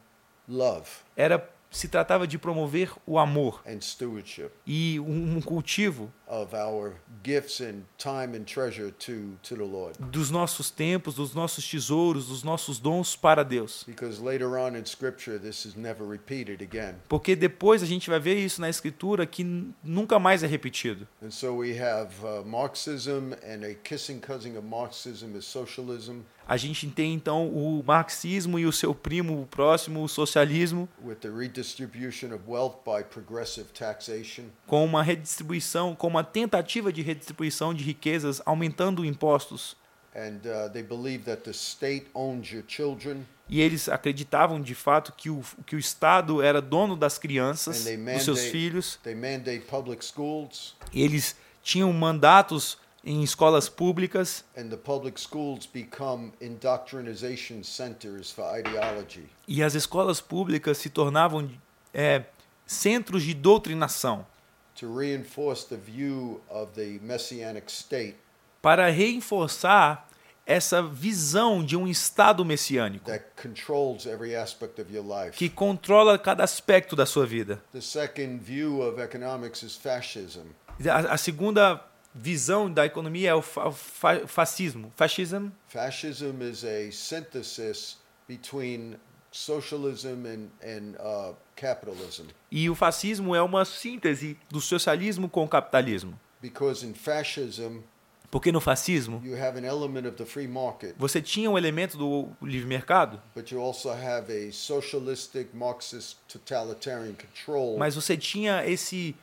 [SPEAKER 2] love
[SPEAKER 3] era se tratava de promover o amor
[SPEAKER 2] and stewardship
[SPEAKER 3] e um cultivo
[SPEAKER 2] of our gifts and time and treasure to, to the Lord.
[SPEAKER 3] dos nossos tempos, dos nossos tesouros, dos nossos dons para Deus.
[SPEAKER 2] Because later on in Scripture, this is never repeated again.
[SPEAKER 3] Porque depois a gente vai ver isso na escritura que n- nunca mais é repetido.
[SPEAKER 2] And so we have uh, Marxism, and a kissing cousin of Marxism is socialism,
[SPEAKER 3] A gente tem então o marxismo e o seu primo o próximo, o socialismo,
[SPEAKER 2] with the redistribution of wealth by progressive taxation.
[SPEAKER 3] com uma redistribuição, com uma tentativa de redistribuição de riquezas, aumentando impostos.
[SPEAKER 2] And uh, they believe that the state owns your children,
[SPEAKER 3] E eles acreditavam de fato que o, que o Estado era dono das
[SPEAKER 2] and
[SPEAKER 3] crianças,
[SPEAKER 2] they
[SPEAKER 3] dos seus filhos,
[SPEAKER 2] mandate, they mandate public schools,
[SPEAKER 3] e eles tinham mandatos em escolas públicas
[SPEAKER 2] and the public schools become indoctrination centers for ideology.
[SPEAKER 3] e as escolas públicas se tornavam é, centros de doutrinação
[SPEAKER 2] To reinforce the view of the messianic state
[SPEAKER 3] para reforçar essa visão de um Estado messiânico
[SPEAKER 2] that controls every aspect of your life.
[SPEAKER 3] que controla cada aspecto da sua vida.
[SPEAKER 2] The second view of economics is fascism,
[SPEAKER 3] A, a segunda visão da economia é o fa- fa- fascismo. Fascism
[SPEAKER 2] Fascism is a synthesis between socialism and, and uh, capitalism.
[SPEAKER 3] e o fascismo é uma síntese do socialismo com o capitalismo.
[SPEAKER 2] Because in fascism,
[SPEAKER 3] Porque no fascismo
[SPEAKER 2] you have an element of the free market,
[SPEAKER 3] você tinha um elemento do livre mercado,
[SPEAKER 2] but you also have a socialistic, Marxist, totalitarian control
[SPEAKER 3] mas você tinha esse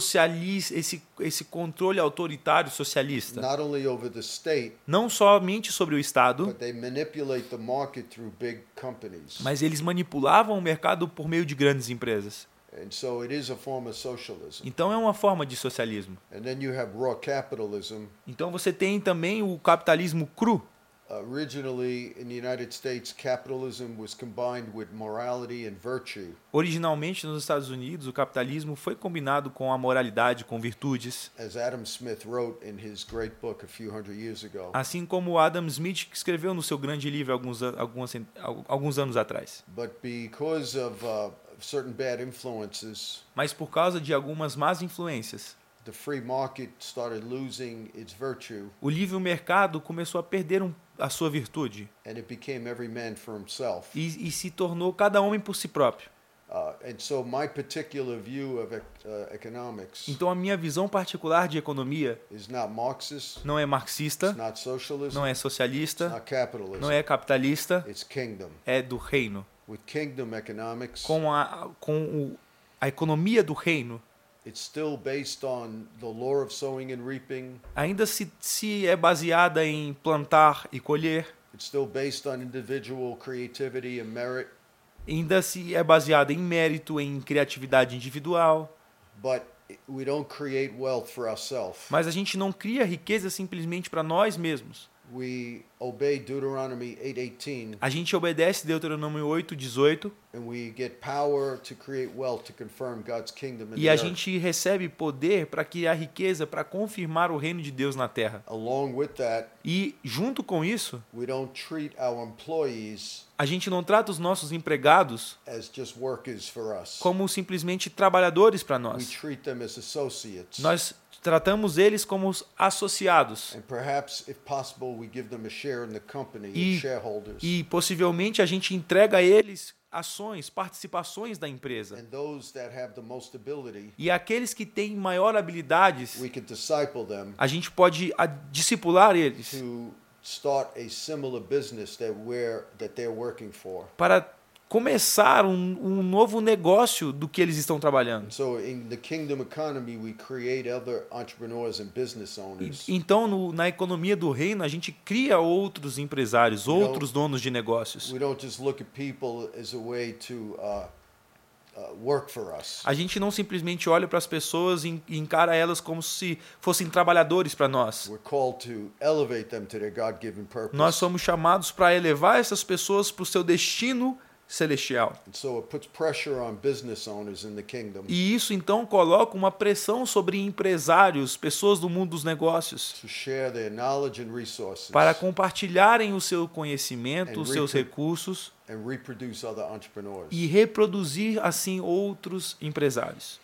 [SPEAKER 3] socialista, esse, esse controle autoritário socialista,
[SPEAKER 2] not only over the state,
[SPEAKER 3] não somente sobre o Estado,
[SPEAKER 2] but they manipulate the market through big companies.
[SPEAKER 3] mas eles manipulavam o mercado por meio de grandes empresas.
[SPEAKER 2] And so it is a form of socialism.
[SPEAKER 3] Então é uma forma de socialismo.
[SPEAKER 2] And then you have raw capitalism,
[SPEAKER 3] Então você tem também o capitalismo cru,
[SPEAKER 2] uh, Originally, in the United States, capitalism was combined with morality and virtue,
[SPEAKER 3] Originalmente, nos Estados Unidos, o capitalismo foi combinado com a moralidade, com virtudes.
[SPEAKER 2] as Adam Smith wrote in his great book a few hundred years ago.
[SPEAKER 3] Assim como Adam Smith que escreveu no seu grande livro alguns, an- algumas cen- al- alguns anos atrás.
[SPEAKER 2] But because of uh, certain bad influences,
[SPEAKER 3] Mas por causa de algumas más influências,
[SPEAKER 2] the free market started losing its virtue
[SPEAKER 3] o livre mercado começou a perder um- a sua virtude
[SPEAKER 2] and it became every man for himself.
[SPEAKER 3] e, e se tornou cada homem por si próprio.
[SPEAKER 2] Uh, and so, my particular view of ec- uh, economics
[SPEAKER 3] Então, a minha visão particular de economia
[SPEAKER 2] is not Marxist,
[SPEAKER 3] não é
[SPEAKER 2] it's
[SPEAKER 3] marxista,
[SPEAKER 2] not socialism,
[SPEAKER 3] não é
[SPEAKER 2] it's
[SPEAKER 3] socialista,
[SPEAKER 2] not capitalism,
[SPEAKER 3] não é capitalista,
[SPEAKER 2] it's kingdom.
[SPEAKER 3] é do reino.
[SPEAKER 2] With kingdom economics,
[SPEAKER 3] Com a, com o, a economia do reino,
[SPEAKER 2] it's still based on the law of sowing and reaping,
[SPEAKER 3] ainda se, se é baseada em plantar e colher,
[SPEAKER 2] it's still based on individual creativity and merit,
[SPEAKER 3] ainda se é baseada em mérito, em criatividade individual,
[SPEAKER 2] but i- we don't create wealth for ourselves.
[SPEAKER 3] mas a gente não cria riqueza simplesmente para nós mesmos.
[SPEAKER 2] We obey Deuteronomy 8:18
[SPEAKER 3] A gente obedece Deuteronômio 8, 18
[SPEAKER 2] and we get power to create wealth to confirm God's kingdom in
[SPEAKER 3] e
[SPEAKER 2] the
[SPEAKER 3] a
[SPEAKER 2] earth,
[SPEAKER 3] gente recebe poder para criar riqueza, para confirmar o reino de Deus na terra.
[SPEAKER 2] Along with that,
[SPEAKER 3] E junto com isso,
[SPEAKER 2] we don't treat our employees
[SPEAKER 3] a gente não trata os nossos empregados
[SPEAKER 2] as just workers for us.
[SPEAKER 3] como simplesmente trabalhadores para
[SPEAKER 2] We
[SPEAKER 3] nós.
[SPEAKER 2] treat them as associates.
[SPEAKER 3] Nós tratamos eles como os associados.
[SPEAKER 2] and perhaps, if possible, we give them a share in the company,
[SPEAKER 3] E-
[SPEAKER 2] as shareholders.
[SPEAKER 3] E possivelmente a gente entrega a eles ações, participações da empresa.
[SPEAKER 2] and those that have the most ability,
[SPEAKER 3] E aqueles que têm maior habilidades,
[SPEAKER 2] we can disciple them
[SPEAKER 3] a gente pode a- discipular eles
[SPEAKER 2] to start a similar business that we're that they're working for.
[SPEAKER 3] para começar um, um novo negócio do que eles estão trabalhando.
[SPEAKER 2] And so, in the kingdom economy, we create other entrepreneurs and business
[SPEAKER 3] E-
[SPEAKER 2] owners.
[SPEAKER 3] Então, no- na economia do reino, a gente cria outros empresários, outros donos de negócios.
[SPEAKER 2] We don't just look at people as a way to uh, uh, work for us.
[SPEAKER 3] A gente não simplesmente olha para as pessoas e en- e encara elas como se fossem trabalhadores para nós.
[SPEAKER 2] We're called to elevate them to their God-given purpose.
[SPEAKER 3] Nós somos chamados para elevar essas pessoas para o seu destino celestial.
[SPEAKER 2] And so it puts pressure on business owners in the kingdom
[SPEAKER 3] E isso então coloca uma pressão sobre empresários, pessoas do mundo dos negócios,
[SPEAKER 2] to share their knowledge and resources
[SPEAKER 3] para compartilharem o seu conhecimento, os seus recursos
[SPEAKER 2] and reproduce other entrepreneurs.
[SPEAKER 3] e reproduzir assim outros empresários.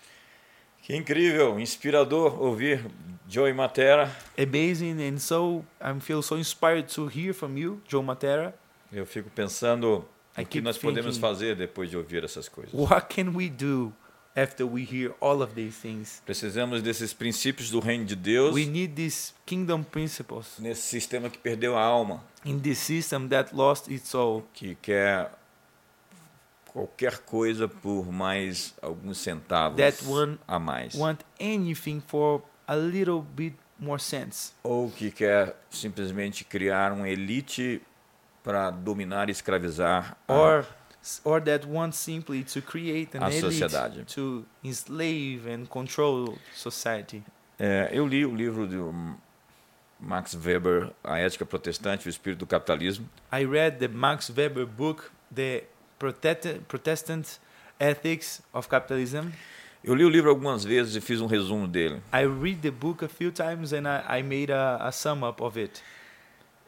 [SPEAKER 1] Que incrível, inspirador ouvir Joey Matera.
[SPEAKER 3] Amazing and so I feel so inspired to hear from you, Joe Matera.
[SPEAKER 1] Eu fico pensando
[SPEAKER 3] I
[SPEAKER 1] o que
[SPEAKER 3] keep
[SPEAKER 1] nós podemos
[SPEAKER 3] thinking-
[SPEAKER 1] fazer depois de ouvir essas coisas.
[SPEAKER 3] What can we do after we hear all of these things?
[SPEAKER 1] Precisamos desses princípios do reino de Deus
[SPEAKER 3] We need these kingdom principles
[SPEAKER 1] nesse sistema que perdeu a alma,
[SPEAKER 3] in this system that lost its soul.
[SPEAKER 1] que quer qualquer coisa por mais alguns centavos
[SPEAKER 3] That one-
[SPEAKER 1] a mais.
[SPEAKER 3] want anything for a little bit more sense
[SPEAKER 1] Ou que quer simplesmente criar uma elite para dominar e escravizar a-
[SPEAKER 3] or or that want simply to create an
[SPEAKER 1] A
[SPEAKER 3] elite
[SPEAKER 1] sociedade.
[SPEAKER 3] to enslave and control society
[SPEAKER 1] É, eu li o livro do Max Weber, A Ética Protestante e o Espírito do Capitalismo.
[SPEAKER 3] i read the max weber book the Protect- protestant ethics of capitalism
[SPEAKER 1] Eu li o livro algumas vezes e fiz um resumo dele.
[SPEAKER 3] i read the book a few times and i, I made a, a sum up of it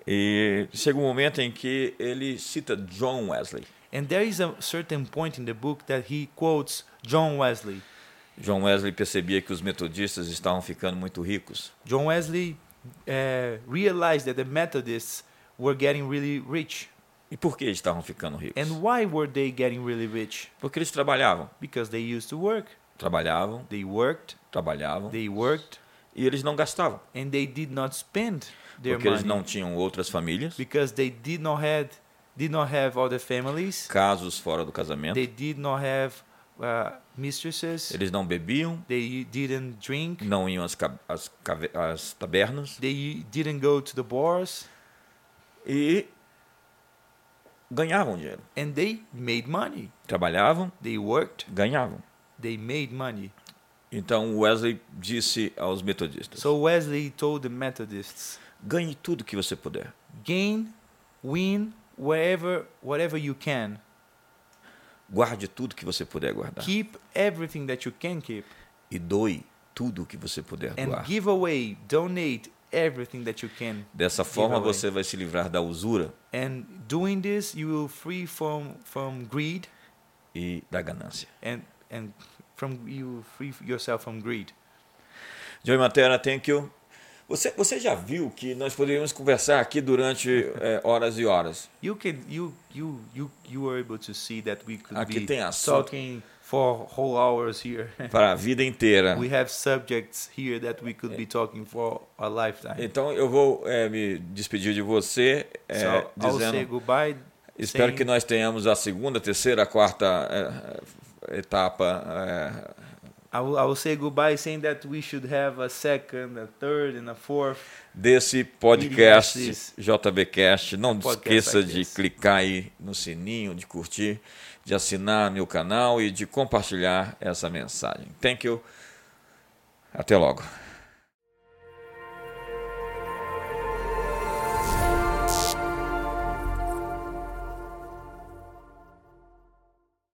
[SPEAKER 1] E chega um momento em que ele cita John Wesley.
[SPEAKER 3] and there is a certain point in the book that he quotes john wesley
[SPEAKER 1] John Wesley percebia que os metodistas estavam ficando muito ricos.
[SPEAKER 3] John Wesley eh, realized that the Methodists were getting really rich.
[SPEAKER 1] E por que estavam ficando ricos?
[SPEAKER 3] And why were they getting really rich?
[SPEAKER 1] Porque eles trabalhavam.
[SPEAKER 3] Because they used to work.
[SPEAKER 1] Trabalhavam,
[SPEAKER 3] They worked,
[SPEAKER 1] trabalhavam.
[SPEAKER 3] they worked,
[SPEAKER 1] E eles não gastavam.
[SPEAKER 3] and they did not spend their
[SPEAKER 1] Porque eles
[SPEAKER 3] money
[SPEAKER 1] não tinham outras famílias,
[SPEAKER 3] because they did not had did not have other families.
[SPEAKER 1] casos fora do casamento.
[SPEAKER 3] They did not have uh, mistresses.
[SPEAKER 1] Eles não bebiam,
[SPEAKER 3] They didn't drink.
[SPEAKER 1] não iam às, ca- às cave- às tabernas.
[SPEAKER 3] They didn't go to the bars,
[SPEAKER 1] e ganhavam dinheiro.
[SPEAKER 3] and they made money.
[SPEAKER 1] Trabalhavam,
[SPEAKER 3] They worked.
[SPEAKER 1] ganhavam.
[SPEAKER 3] They made money.
[SPEAKER 1] Então Wesley disse aos metodistas:
[SPEAKER 3] So Wesley told the Methodists.
[SPEAKER 1] ganhe tudo que você puder.
[SPEAKER 3] gain Win wherever, whatever you can.
[SPEAKER 1] Guarde tudo que você puder guardar.
[SPEAKER 3] Keep everything that you can keep.
[SPEAKER 1] E doe tudo que você puder
[SPEAKER 3] And
[SPEAKER 1] doar.
[SPEAKER 3] give away, donate everything that you can.
[SPEAKER 1] Dessa forma,
[SPEAKER 3] away.
[SPEAKER 1] você vai se livrar da usura
[SPEAKER 3] And doing this, you will free from, from greed
[SPEAKER 1] e da ganância.
[SPEAKER 3] and, and from you free yourself from greed.
[SPEAKER 1] Joey Matera, thank you. Você, você já viu que nós poderíamos conversar aqui durante é, horas e horas.
[SPEAKER 3] You can you you you you were able to see that we could
[SPEAKER 1] Aqui
[SPEAKER 3] be
[SPEAKER 1] tem assunto.
[SPEAKER 3] talking for whole hours here.
[SPEAKER 1] Para a vida inteira.
[SPEAKER 3] we have subjects here that we could be talking for a lifetime.
[SPEAKER 1] Então eu vou é, me despedir de você é,
[SPEAKER 3] so I'll say
[SPEAKER 1] dizendo.
[SPEAKER 3] goodbye.
[SPEAKER 1] Espero
[SPEAKER 3] saying
[SPEAKER 1] que nós tenhamos a segunda, terceira, quarta é, é, etapa. é,
[SPEAKER 3] I will, I will say goodbye saying that we should have a second, a third, and a fourth.
[SPEAKER 1] desse podcast
[SPEAKER 3] Yes.
[SPEAKER 1] JBcast. Não
[SPEAKER 3] Podcast
[SPEAKER 1] esqueça
[SPEAKER 3] like
[SPEAKER 1] de
[SPEAKER 3] this.
[SPEAKER 1] clicar aí no sininho, de curtir, de assinar meu canal e de compartilhar essa mensagem. Thank you. Até logo.